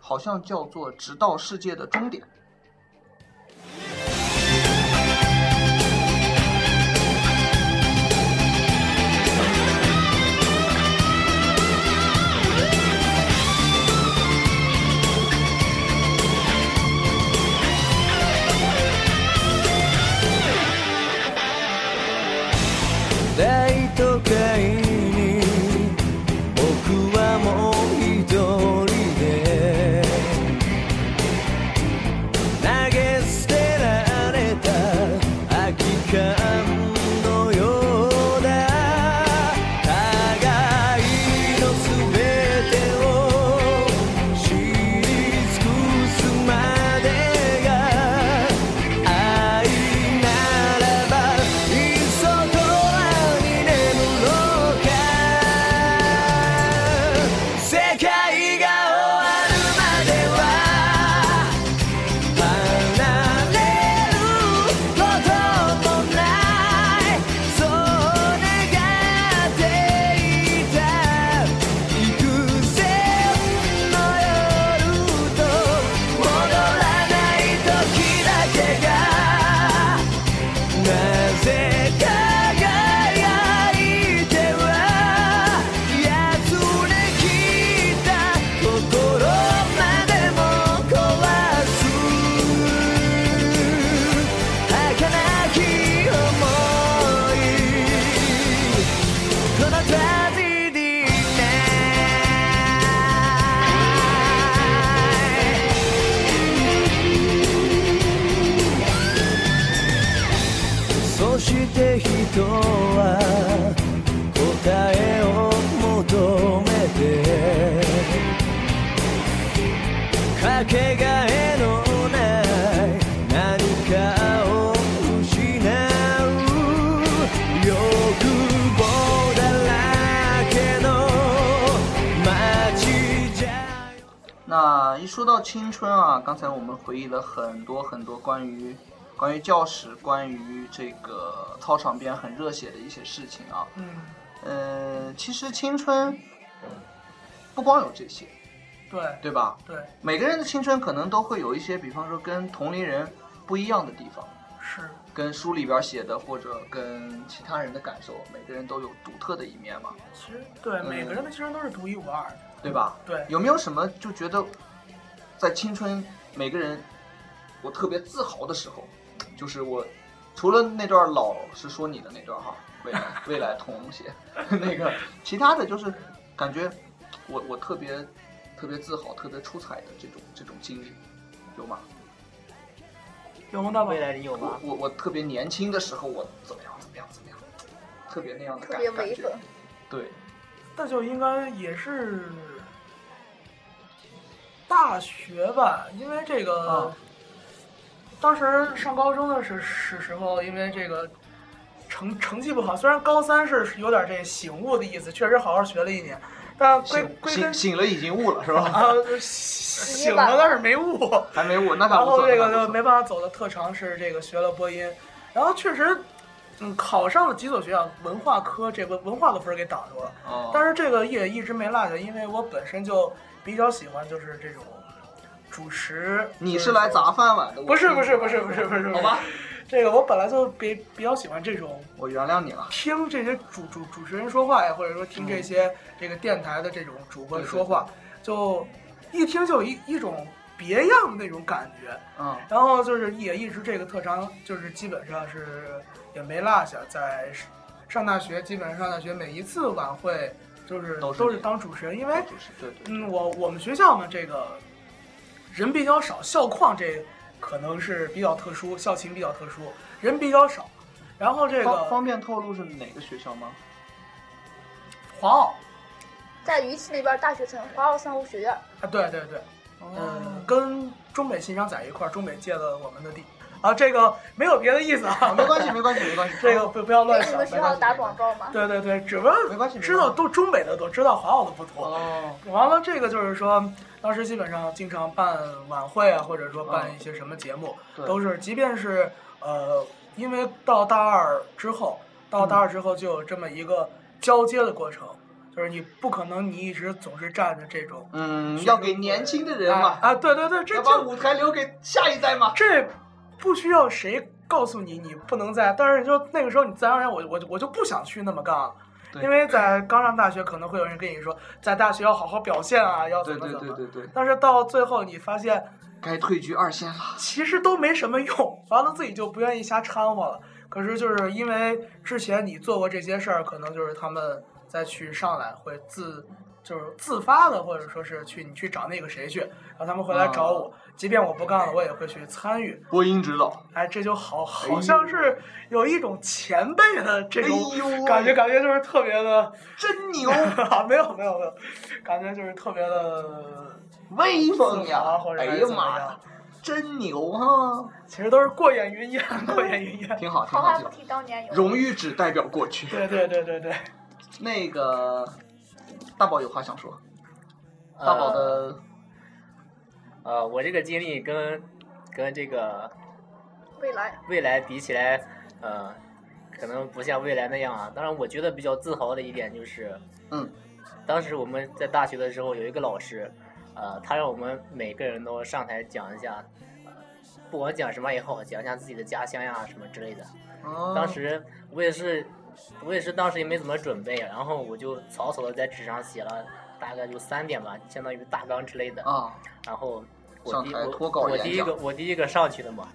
好像叫做《直到世界的终点》。
大体都给你，僕はもう一人で投げ捨てられた空き缶のようだ互いの全てを知り尽くすまでが愛ならばいっそ空に眠ろうか世界が終わるまでは離れることもないそう願っていた幾千の夜と戻らない時だけがなぜ輝いてはやつれきった心までも壊す儚き想いこの旅にないそして人は答えを求めてかけがえのない何かを失う欲望だらけの街じゃ
那一说到青春啊，刚才我们回忆了很多很多关于关于教室、关于这个操场边很热血的一些事情啊。
嗯，
呃，其实青春不光有这些，
对
对吧？
对
每个人的青春可能都会有一些，比方说跟同龄人不一样的地方，
是，
跟书里边写的或者跟其他人的感受，每个人都有独特的一面嘛，
其实对
嗯
每个人的青春都是独一无二的。
对吧？
对
有没有什么就觉得在青春每个人我特别自豪的时候，就是我除了那段老是说你的那段哈，未来 未来同学 那个，其他的就是感觉我我特别特别自豪、特别出彩的这种这种经历，有吗？
有梦大宝
未，来你有
我
吗？
我我特别年轻的时候，我怎么样怎么样怎么样，特别那样的
特
感
别
感
唯
觉
粉。。
对，
那就应该也是大学吧，因为这个、
啊
当时上高中的时时时候，因为这个成成绩不好，虽然高三是有点这醒悟的意思，确实好好学了一年，但归
醒
归根
醒醒了已经悟了是吧？
啊醒了，但是没悟。
还没悟，那还
然
不
后
错。
这
那还
个
不
就
错
没办法走的特长是这个学了播音，然后确实，嗯，考上了几所学校，文化科这个文化的分儿给挡住了。
哦，
但是这个也一直没落下，因为我本身就比较喜欢就是这种主持。
你
就是
来砸饭碗的？我
不是
听
不是不是不是不是，
好吧，
这个我本来就比比较喜欢这种
我原谅你了。
听这些主主主持人说话呀，或者说听这些这个电台的这种主播说话，就一听就有一一种别样的那种感觉。
嗯，
然后就是也一直这个特长，就是基本上是也没落下。在上大学，基本上上大学每一次晚会就是
都是
都
你
是当主持人，因为
主持对对，
嗯，我我们学校嘛，这个人比较少，校况这可能是比较特殊，校情比较特殊，人比较少。然后这
方
个
方便透露是哪个学校吗？
华奥
在榆次那边大学城华奥三湖学院，
啊，对对对，
哦
嗯，跟中北信商在一块儿，中北借了我们的地啊，这个没有别的意思啊，
没关系，没关系，没关系。
这个不不要乱
给
想。
你们学
没关
校
系
打广告吗？
对对对，只不过
没关系没关系
知道都中北的多，知道华奥的不多。
哦，
完了，这个就是说，当时基本上经常办晚会啊，或者说办
嗯
一些什么节目，
对
都是，即便是呃，因为到大二之后，到
嗯
大二之后就有这么一个交接的过程，就是你不可能你一直总是站着这种
嗯，要给年轻的人
啊
嘛，
啊，对对对，这
要把
就
舞台留给下一代嘛。
这不需要谁告诉你你不能在，但是就那个时候你自然而然我我就我就不想去那么干了。
对
因为在刚上大学，可能会有人跟你说，在大学要好好表现啊，要怎
对对
么怎
对
么。
对对，
但是到最后，你发现
该退居二线了。
其实都没什么用，完了自己就不愿意瞎掺和了。可是就是因为之前你做过这些事儿，可能就是他们再去上来会自就是自发的，或者说是去你去找那个谁去，然后他们回来找
啊
我，即便我不干了，我也会去参与。
播音指导，
哎，这就好，好像是有一种前辈的这种
哎呦喂
感觉，感觉就是特别的，
真牛，
没有没有没有，感觉就是特别的
威风
自豪啊
呀
或！者
哎呀
是怎么
妈
样
呀，真牛哈！
其实都是过眼云烟， 过眼云烟。
挺好，挺好，
好汉
挺
不
好。
提当年勇。
荣誉只代表过去。
对对对对对，
那个大宝有话想说，
呃
大宝的
呃，我这个经历跟跟这个
未来
未来比起来，呃，可能不像未来那样啊。当然，我觉得比较自豪的一点就是，
嗯，
当时我们在大学的时候有一个老师，呃，他让我们每个人都上台讲一下，呃，不管讲什么也好，讲一下自己的家乡呀什么之类的。
嗯
嗯
当时我也是，我也是当时也没怎么准备，然后我就草草的在纸上写了大概就三点吧，相当于大纲之类的。
啊，
然后我
上
第
台
我
脱稿
我
演
第一
讲
个我第一个上去的嘛，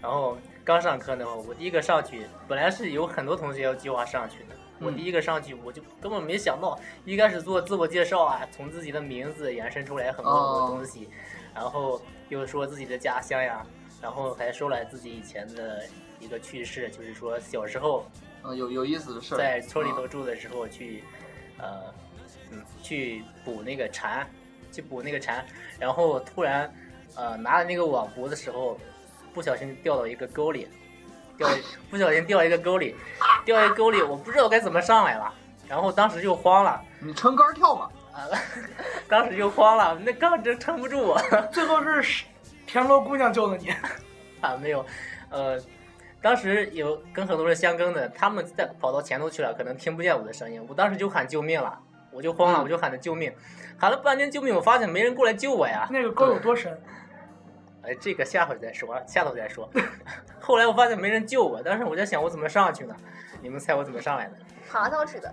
然后刚上课的话，我第一个上去，本来是有很多同学要计划上去的，我
嗯
第一个上去我就根本没想到，一开始做自我介绍啊，从自己的名字延伸出来很多很
哦
多东西，然后又说自己的家乡呀，然后还说了自己以前的一个趣事，就是说小时候
嗯，有有意思的事儿，
在村里头
嗯
住的时候去，呃，嗯，去捕那个蝉，去捕那个蝉，然后突然，呃，拿着那个网捕的时候，不小心掉到一个沟里，掉，不小心掉一个沟里，掉一个沟里，我不知道该怎么上来了，然后当时就慌了，
你撑杆跳嘛，
啊， 当时就慌了，那杠真撑不住我。
最后是田螺姑娘救的你，
啊，没有，呃，当时有跟很多人相跟的，他们在跑到前头去了，可能听不见我的声音，我当时就喊救命了，我就
嗯
慌了，我就喊的救命，喊了半天救命，我发现没人过来救我呀，
那个沟有多深？
哎，这个下回再说，下头 再说。后来我发现没人救我，当时我在想我怎么上去呢？你们猜我怎么上来的？
爬上去的，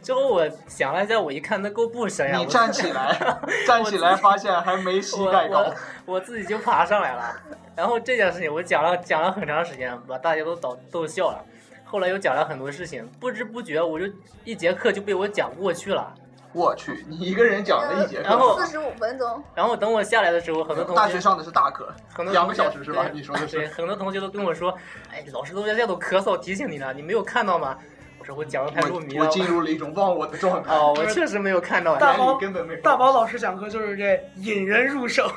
最后我想了一下，我一看那够不深哎呀，
你
我
站起来，站起来，发现还没膝
我
盖高
我，我自己就爬上来了。然后这件事情我讲了讲了很长时间，把大家都逗逗笑了。后来又讲了很多事情，不知不觉我就一节课就被我讲过去了。
我去，你一个人讲了一节
然后
课，
呃四十五分钟，
然后等我下来的时候，很多同学
大学上的是大课，
很多
两
同
个
学
小时是吧
对？
你说的是，
对，很多同学都跟我说：“哎，老师都在这都咳嗽提醒你呢，你没有看到吗？”我说我讲的太入迷
我
了
我。进入了一种忘我的状态，
哦，我确实没有看到。
大
眼
宝
里根本没有，
大宝老师讲课就是这引人入胜，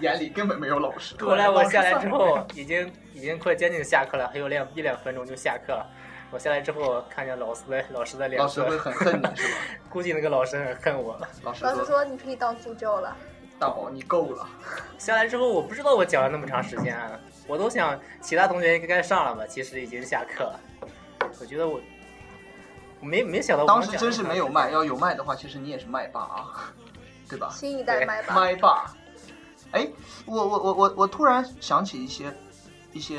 眼里根本没有老师，
后来我下来之
老师
后
算，
已经已经快接近下课了，还有两一两分钟就下课了。我下来之后，看见老师的老师的脸
老师
色，
会很恨你是吧？
估计那个老师很恨我。
老师
老师
说
说你可以当助教了，
大宝你够了，
下来之后，我不知道我讲了那么长时间，啊我都想其他同学应该上了吧，其实已经下课了。我觉得我我没没想到我
当
能
时
讲
真
这
是
么
没有
长时
卖，要有卖的话，其实你也是麦霸啊，对吧？
新一代麦霸，
麦霸。哎，我我我我我突然想起一些一些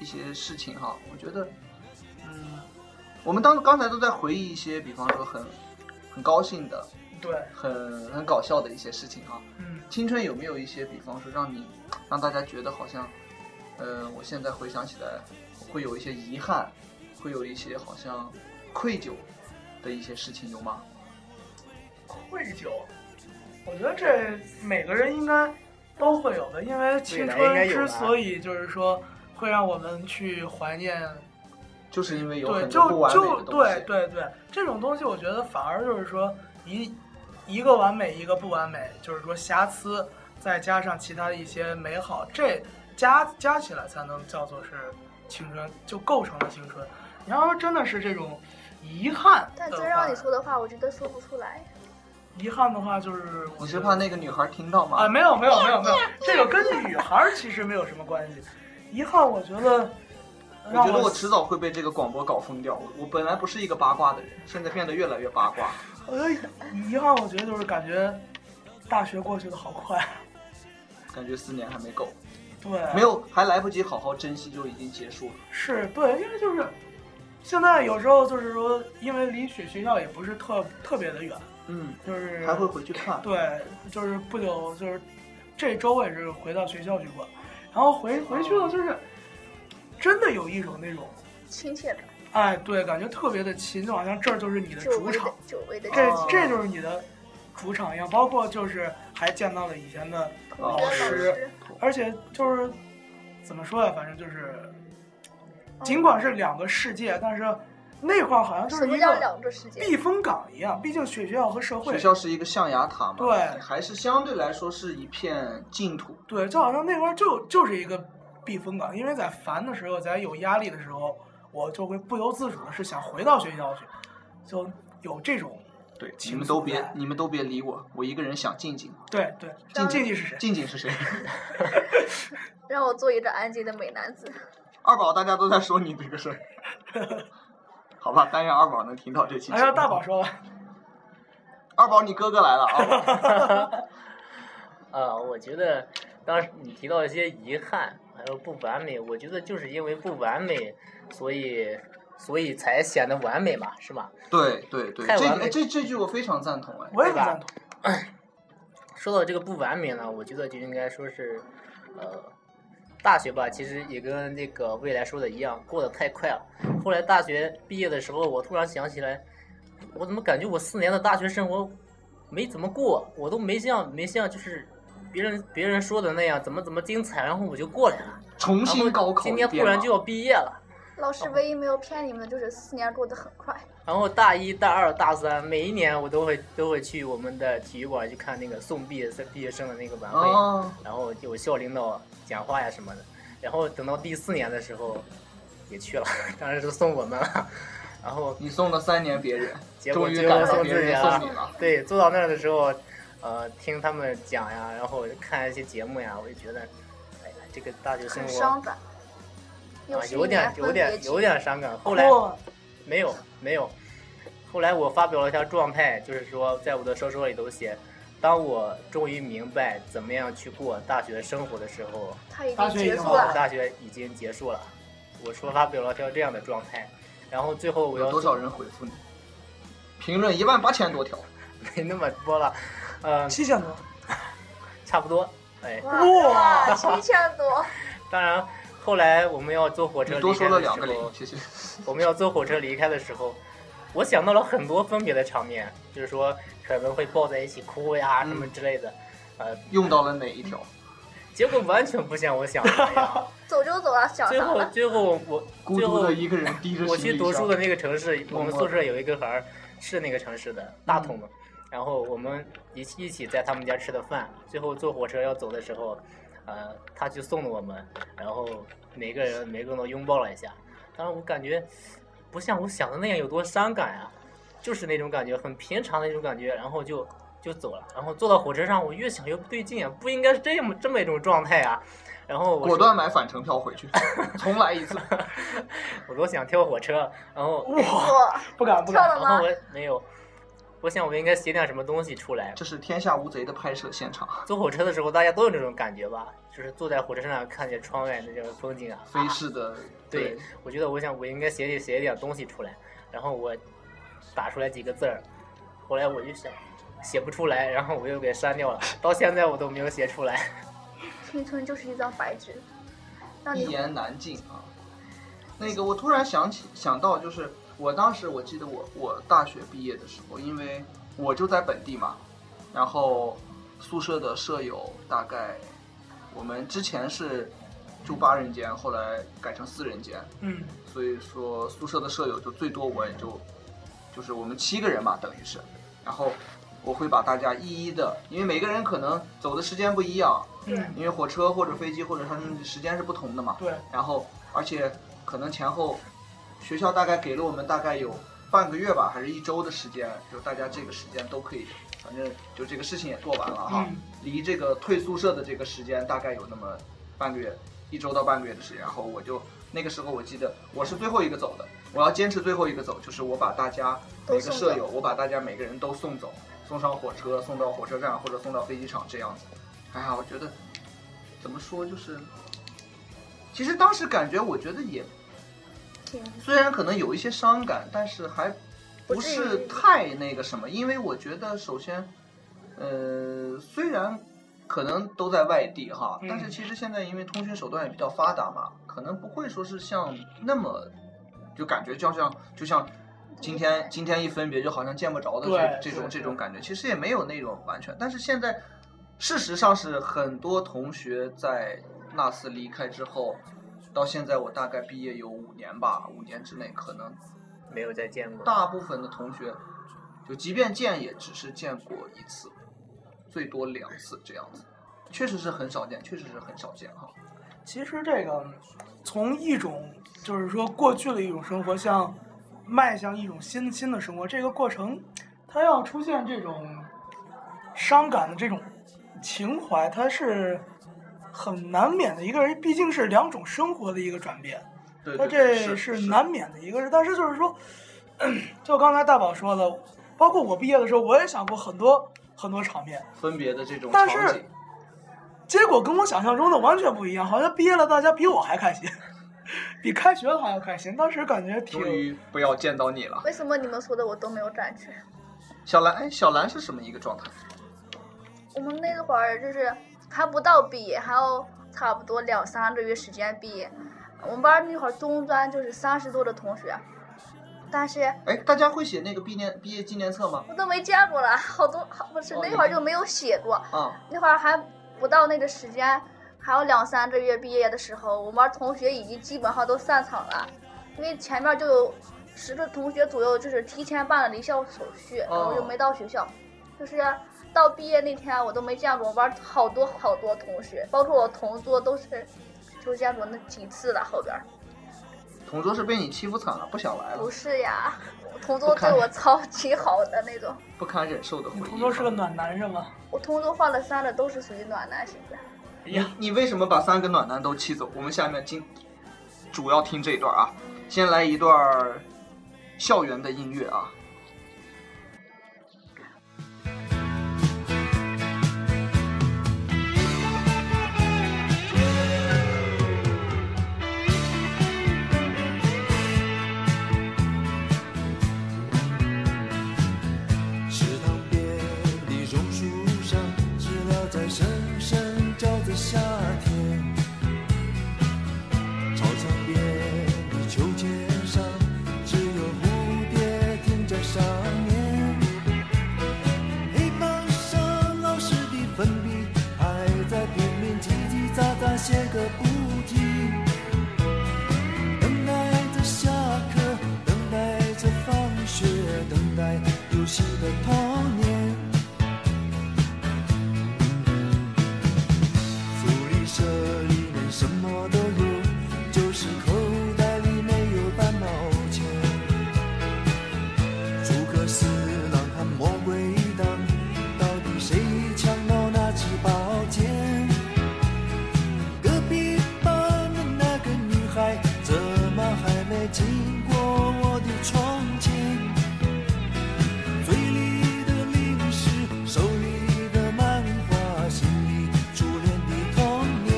一些事情哈，我觉得，嗯，我们当刚才都在回忆一些，比方说很很高兴的、
对，
很很搞笑的一些事情哈。
嗯，
青春有没有一些，比方说让你让大家觉得好像，呃，我现在回想起来会有一些遗憾，会有一些好像愧疚的一些事情有吗？
愧疚，我觉得这每个人应该都会有的，因为青
未来应该
春
有吧
之所以就是说会让我们去怀念，
就是因为有
对，
很多
就
不完美
就
的东西
对，对对，这种东西我觉得反而就是说一一个完美一个不完美，就是说瑕疵再加上其他的一些美好，这加加起来才能叫做是青春，就构成了青春。你要说真的是这种遗憾的话，
但真让你说的话，我觉得说不出来。
遗憾的话，就是我
你是
觉得
怕那个女孩听到吗？
啊，没有没有没有没有，这个跟女孩儿其实没有什么关系。遗憾，我觉得
我
让
觉得我迟早会被这个广播搞疯掉。我我本来不是一个八卦的人，现在变得越来越八卦。
我觉得遗憾，我觉得就是感觉大学过去的好快，
感觉四年还没够，
对，
没有还来不及好好珍惜，就已经结束了。
是对，因为就是现在有时候就是说，因为离学学校也不是特特别的远，
嗯，
就是
还会回去看。
对，就是不久就是这周我也是回到学校去过，然后回回去了，就是真的有一种那种
亲切感，
哎，对，感觉特别的亲，就好像这儿就是你的
久
主
违的
场，
久违的
这
哦
这就是你的主场一样。包括就是还见到了以前的
我
老
觉得
师，
师，
而且就是怎么说呀、反正就是，
嗯
尽管是两个世界，但是那块儿好像就
什
是
么
一
叫
个
两个世界？
避风港一样，毕竟学学校和社会
学，校是一个象牙
哦
塔嘛，
对
还是相对来说是一片净土。
对，就好像那块儿就就是一个避风港，因为在烦的时候，在有压力的时候，我就会不由自主的是想回到学校去，就有这种
对，你
情
们
愫
都别
在，
你们都别理我，我一个人想静静。
对对，
当
静
然
静静是谁？
静静是谁？
让我做一个安静的美男子。
二宝，大家都在说你这个事 儿。好吧，但愿二宝能听到这期节
还
目。
让哎大宝说吧，
二宝，你哥哥来了啊！
啊，我觉得当时你提到一些遗憾，还有不完美，我觉得就是因为不完美，所以所以才显得完美嘛，是吧？
对对对，
太
这
完美
哎这这句我非常赞同哎。
我也很
对吧
赞同。
说到这个不完美呢，我觉得就应该说是，呃，大学吧，其实也跟那个未来说的一样，过得太快了。后来大学毕业的时候，我突然想起来，我怎么感觉我四年的大学生活没怎么过，我都没像没像就是别人别人说的那样怎么怎么精彩，然后我就过来了，
重
然后
新高考
啊今
一
天
遍
忽
嘛
然就要毕业了。
老师唯一没有骗你们的就是四年过得很快，
然后大一、大二、大三，每一年我都会都会去我们的体育馆去看那个送毕业生毕业生的那个晚会。
啊，
然后有校领导讲话呀什么的。然后等到第四年的时候，也去了， 当然是送我们了。然后
你送了三年别人，
结果
终于
就
赶
要
上
送
别
自己
人
了
送你。了。
对，坐到那儿的时候，呃，听他们讲呀，然后看一些节目呀，我就觉得，哎呀，这个大学生
很
活
伤
啊，
感。又是一
有点
年
有
分别哦
点有
季，
点伤感。后来
哇
没有没有，后来我发表了一下状态，就是说在我的小说里头写，当我终于明白怎么样去过大学生活的时候，
他已
大
经
学已
结
经
束
好
我
了。
大学已经结束了，我说发表了条这样的状态，然后最后我
有
要
多少人回复你？评论一万八千多条，
没那么多了，嗯，
七千多，
差不多，哎，
哇，七千多，
当然后来我们要坐火车
你多
离
说
开
了
的时
两个
候
零，，谢谢。
我们要坐火车离开的时候，我想到了很多分别的场面，就是说可能会抱在一起哭呀什么
嗯
之类的，呃，
用到了哪一条？
结果完全不像我想的 那样。
走就走了，想
最
啥
后
了？
最后我
孤
最
独
后
的一个人提着
我
行
去
李
读书
箱
的那个城市，
默
我们
默嗯
宿
地
舍有一个孩儿是那个城市的大同的，然后我们一起一起在他们家吃的饭，最后坐火车要走的时候，呃，他去送了我们，然后每个人每个人都拥抱了一下，当然我感觉不像我想的那样有多伤感啊，就是那种感觉很平常的那种感觉，然后就。就走了，然后坐到火车上，我越想越不对劲啊，不应该是这么这么一种状态啊。然后我
果断买返程票回去，重来一次。
我都想跳火车，然后
哇，
不敢不
跳
敢，
了
然后
吗？
我没有，我想我应该写点什么东西出来。
这是《天下无贼》的拍摄现场，
坐火车的时候，大家都有这种感觉吧？就是坐在火车上看见窗外那种风景啊。
飞逝的
对，我觉得我想我应该写点写一点东西出来，然后我打出来几个字儿，后来我就想写不出来，然后我又给删掉了，到现在我都没有写出来。
青春就是一张白纸，让
一
你
言难尽啊。那个，我突然想起想到，就是我当时我记得我我大学毕业的时候，因为我就在本地嘛，然后宿舍的舍友大概我们之前是住八人间，后来改成四人间，
嗯，
所以说宿舍的舍友就最多我也就就是我们七个人嘛，等于是，然后我会把大家一一的，因为每个人可能走的时间不一样，
嗯，
因为火车或者飞机或者他们时间是不同的嘛，
对，
然后而且可能前后学校大概给了我们大概有半个月吧，还是一周的时间，就大家这个时间都可以，反正就这个事情也做完了哈，
嗯
离这个退宿舍的这个时间大概有那么半个月，一周到半个月的时间，然后我就那个时候我记得我是最后一个走的，我要坚持最后一个走，就是我把大家每
都
个
送
舍
走
友，我把大家每个人都送走，送上火车，送到火车站或者送到飞机场这样子。哎呀，我觉得怎么说就是，其实当时感觉我觉得也
挺
虽然可能有一些伤感，但是还不是太那个什么，因为我觉得首先，呃，虽然可能都在外地哈，
嗯
但是其实现在因为通讯手段也比较发达嘛，可能不会说是像那么就感觉就像就像今天今天一分别就好像见不着的
对
这这种
对
这种感觉，其实也没有那种完全，但是现在事实上是很多同学在纳斯离开之后，到现在我大概毕业有五年吧，五年之内可能
没有再见过。
大部分的同学，就即便见也只是见过一次，最多两次这样子，确实是很少见，确实是很少见哈。
其实这个从一种就是说过去的一种生活，向迈向一种新新的生活，这个过程它要出现这种伤感的这种情怀，它是很难免的。一个人毕竟是两种生活的一个转变，
对
它
对
这
对，
是
是
难免的一个事。但是就是说，就刚才大宝说的，包括我毕业的时候，我也想过很多很多场面。
分别的这种场
但
景。
是结果跟我想象中的完全不一样，好像毕业了，大家比我还开心， 比开学了还要开心。当时感觉挺
终于不要见到你了，
为什么你们说的我都没有感觉？
小兰。哎，小兰是什么一个状态？
我们那会儿就是还不到毕业，还有差不多两三个月时间毕业。我们班儿那会儿中专就是三十多的同学，但是
哎，大家会写那个毕业毕业纪念册吗？
我都没见过了，好多好不是
哦
那会儿就没有写过，
啊、
那会儿还不到那个时间，还有两三个月毕业的时候，我们班儿同学已经基本上都散场了，因为前面就有十个同学左右，就是提前办了离校手续，然后就没到学校。就是到毕业那天，我都没见过我们班儿好多好多同学，包括我同桌都是，就见过那几次了。后边儿
同桌是被你欺负惨了，不想来
不
了，
是呀，我同桌对我超级好的那种。
不堪忍受的回
你
忆。
同桌是个暖男是吗？
我同桌换了三个都是属于暖男型的。
哎
你
呀，
嗯你为什么把三个暖男都气走？我们下面今主要听这一段啊，先来一段儿校园的音乐啊。
池塘边的榕树上，知了在声声叫着夏天。操场边的秋千上，只有蝴蝶停在上面。黑板上老师的粉笔还在拼命叽叽喳喳写个不停。等待着下课，等待着放学，等待游戏的童年。福利社里面什么都有，就是口袋里没有半毛钱。诸葛四郎和魔鬼党，到底谁抢到那支宝剑？隔壁班的那个女孩，怎么还没经过我的窗前？嘴里的零食，手里的漫画，心里初恋的童年，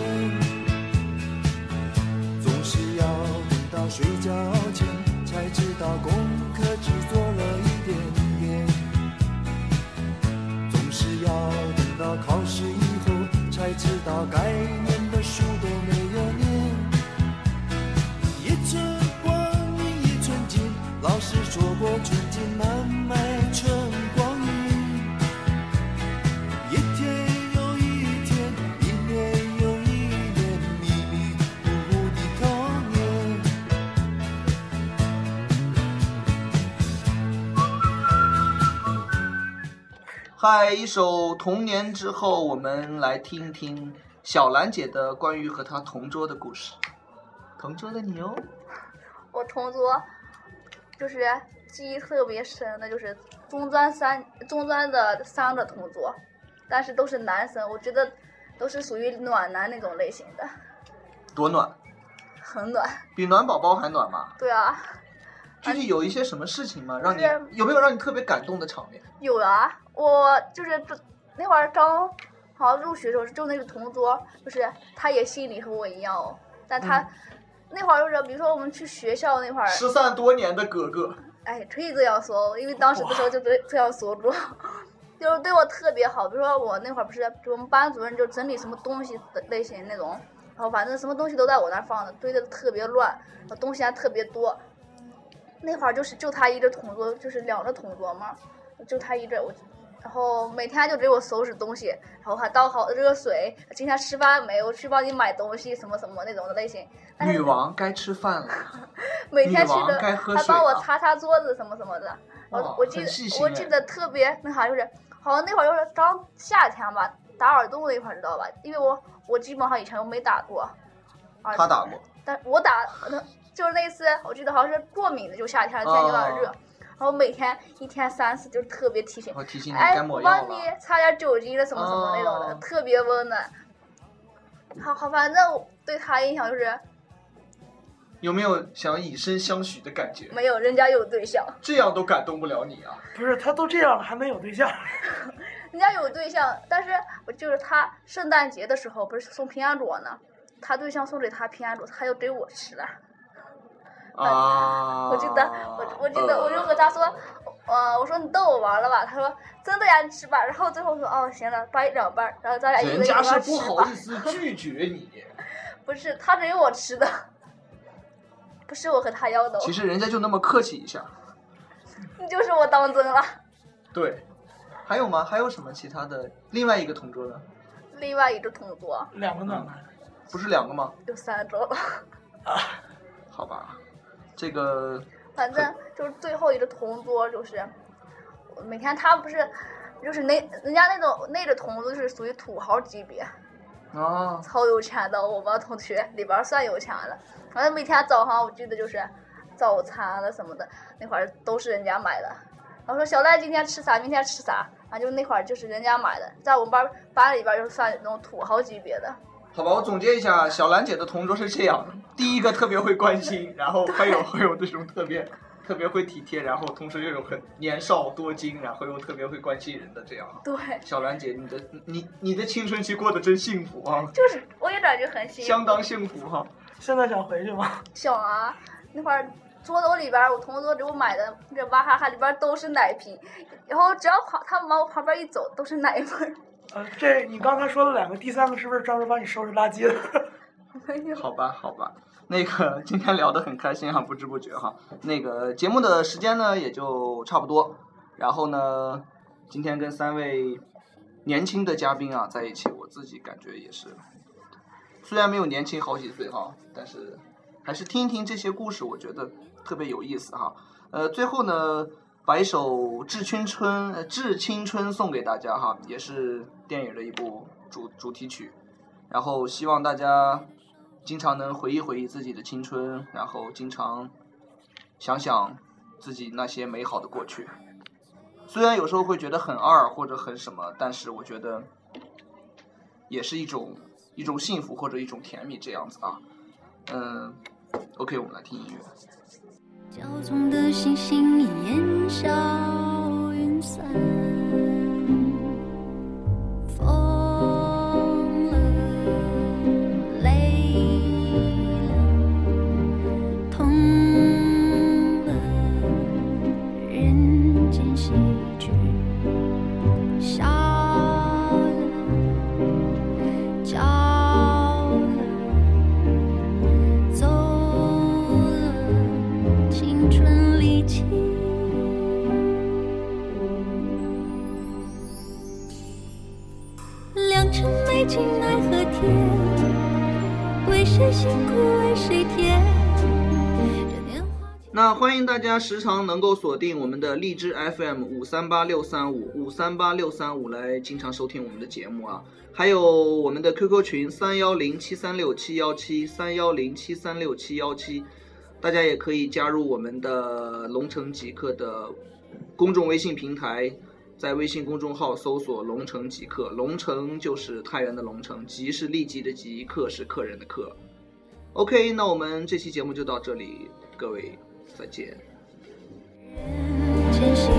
总是要等到睡觉前，才知道功课只做了一点点。总是要等到考试以后，才知道该念的书都没有念。一寸光阴一寸金，老师说过寸金难买寸光阴。一天又一天，一年又一年，迷迷糊糊的童年。
嗨，一首《童年》之后，我们来听听小兰姐的关于和她同桌的故事。同桌的你哦，
我同桌就是记忆特别深的，就是中专三中专的三个同桌，但是都是男生，我觉得都是属于暖男那种类型的，
多暖，
很暖。
比暖宝宝还暖吗？
对啊，
具体有一些什么事情吗？让你
是
有没有让你特别感动的场面？
有啊，我就是这那会儿刚好像入学的时候，就那个同桌，就是他也心里和我一样哦，但他、那会儿就是比如说我们去学校那会儿，
失散多年的哥哥，
哎，可以这样说，因为当时的时候就这这样说过， 就是对我特别好。比如说我那会儿不是我们班主任就整理什么东西的类型那种，然后反正什么东西都在我那儿放着，堆的特别乱，我东西还特别多。那会儿就是就他一个同桌，就是两个同桌嘛，就他一个我，然后每天就给我收拾东西，然后还倒好热水，今天吃饭没？我去帮你买东西，什么什么那种的类型。但
女
是
王该吃饭了，
每天去
女王
的
该喝
还
水
帮我
了
擦擦桌子什么什么的。
哇
我我记
很细
得
心
我
哎
记得特别那啥，就是好像那会儿就是刚夏天吧，打耳洞那块儿知道吧？因为我我基本上以前都没打过，耳
他打过，
但我打就是那次，我记得好像是过敏的，就夏天天有点热，
哦
然后每天一天三次，就是特别提醒
然，后提醒你
哎，
该
我
抹药
帮
了
你。擦点酒精的什么什么那种的，
哦
特别温暖。好好，反正我对他印象就是
有没有想要以身相许的感觉？
没有人家有对象，
这样都感动不了你啊！
不是他都这样了还没有对象，
人家有对象，但是我就是他圣诞节的时候不是送平安果呢，他对象送给他平安果，他又给我吃了。
啊，
嗯我记得，我我记得，我就和他说，呃，我说你逗我玩了吧？他说真的呀，你吃吧。然后最后说哦，行了，掰一两半儿，然后咱俩一
人
人一
家
半
是
儿吃
不好
吧
意。思拒绝 你，
不是，他给我吃的，不是我和他要的哦，
其实人家就那么客气一下。
你就是我当真了。
对，还有吗？还有什么其他的？另外一个同桌呢？
另外一个同桌
两个暖男，
不是两个吗？
有三周了，
好吧，这个
反正就是最后一个同桌就是，我每天他不是，就是那人家那种那个同桌就是属于土豪级别，
啊，
超有钱的，我们同学里边儿算有钱了。反正每天早上我记得就是早餐啊了什么的，那会儿都是人家买的。然后说小赖今天吃啥，明天吃啥，啊，就那会儿就是人家买的，在我们班班里边儿就是算那种土豪级别的。
好吧，我总结一下，小兰姐的同桌是这样：第一个特别会关心，然后还有会有那种特别特别会体贴，然后同时又有很年少多金，然后又特别会关心人的这样。
对，
小兰姐，你的你你的青春期过得真幸福啊，
就是我也感觉很幸
相
运。
当幸福哈、
现在想回去吗？
小啊，那会儿桌斗里边儿，我同桌给我买的这娃哈哈里边儿都是奶瓶，然后只要旁他们往我旁边一走，都是奶味儿。
呃，这你刚才说了两个，第三个是不是专门帮你收拾垃圾的？
没有。
好吧，好吧，那个今天聊得很开心哈，啊不知不觉哈。那个节目的时间呢也就差不多，然后呢，今天跟三位年轻的嘉宾啊在一起，我自己感觉也是，虽然没有年轻好几岁哈，但是还是听一听这些故事，我觉得特别有意思哈。呃，最后呢，把一首《致青春》呃《致青春》送给大家哈，也是电影的一部主主题曲。然后希望大家经常能回忆回忆自己的青春，然后经常想想自己那些美好的过去。虽然有时候会觉得很二或者很什么，但是我觉得也是一种一种幸福或者一种甜蜜这样子啊。嗯，OK，我们来听音乐。
焦中的星星已烟消云散，风了，泪了，痛了，人间喜剧，笑了，骄了，走了。青春离奇。良辰美景奈何天，为谁辛苦为谁甜？这年华。
那欢迎大家时常能够锁定我们的荔枝 FM 五三八六三五五三八六三五来经常收听我们的节目啊，还有我们的 QQ 群三幺零七三六七幺七三幺零七三六七幺七，大家也可以加入我们的龙城极客的公众微信平台，在微信公众号搜索“龙城极客”，龙城就是太原的龙城，极是立即的极，客是客人的客。OK，那我们这期节目就到这里，各位再见。
真是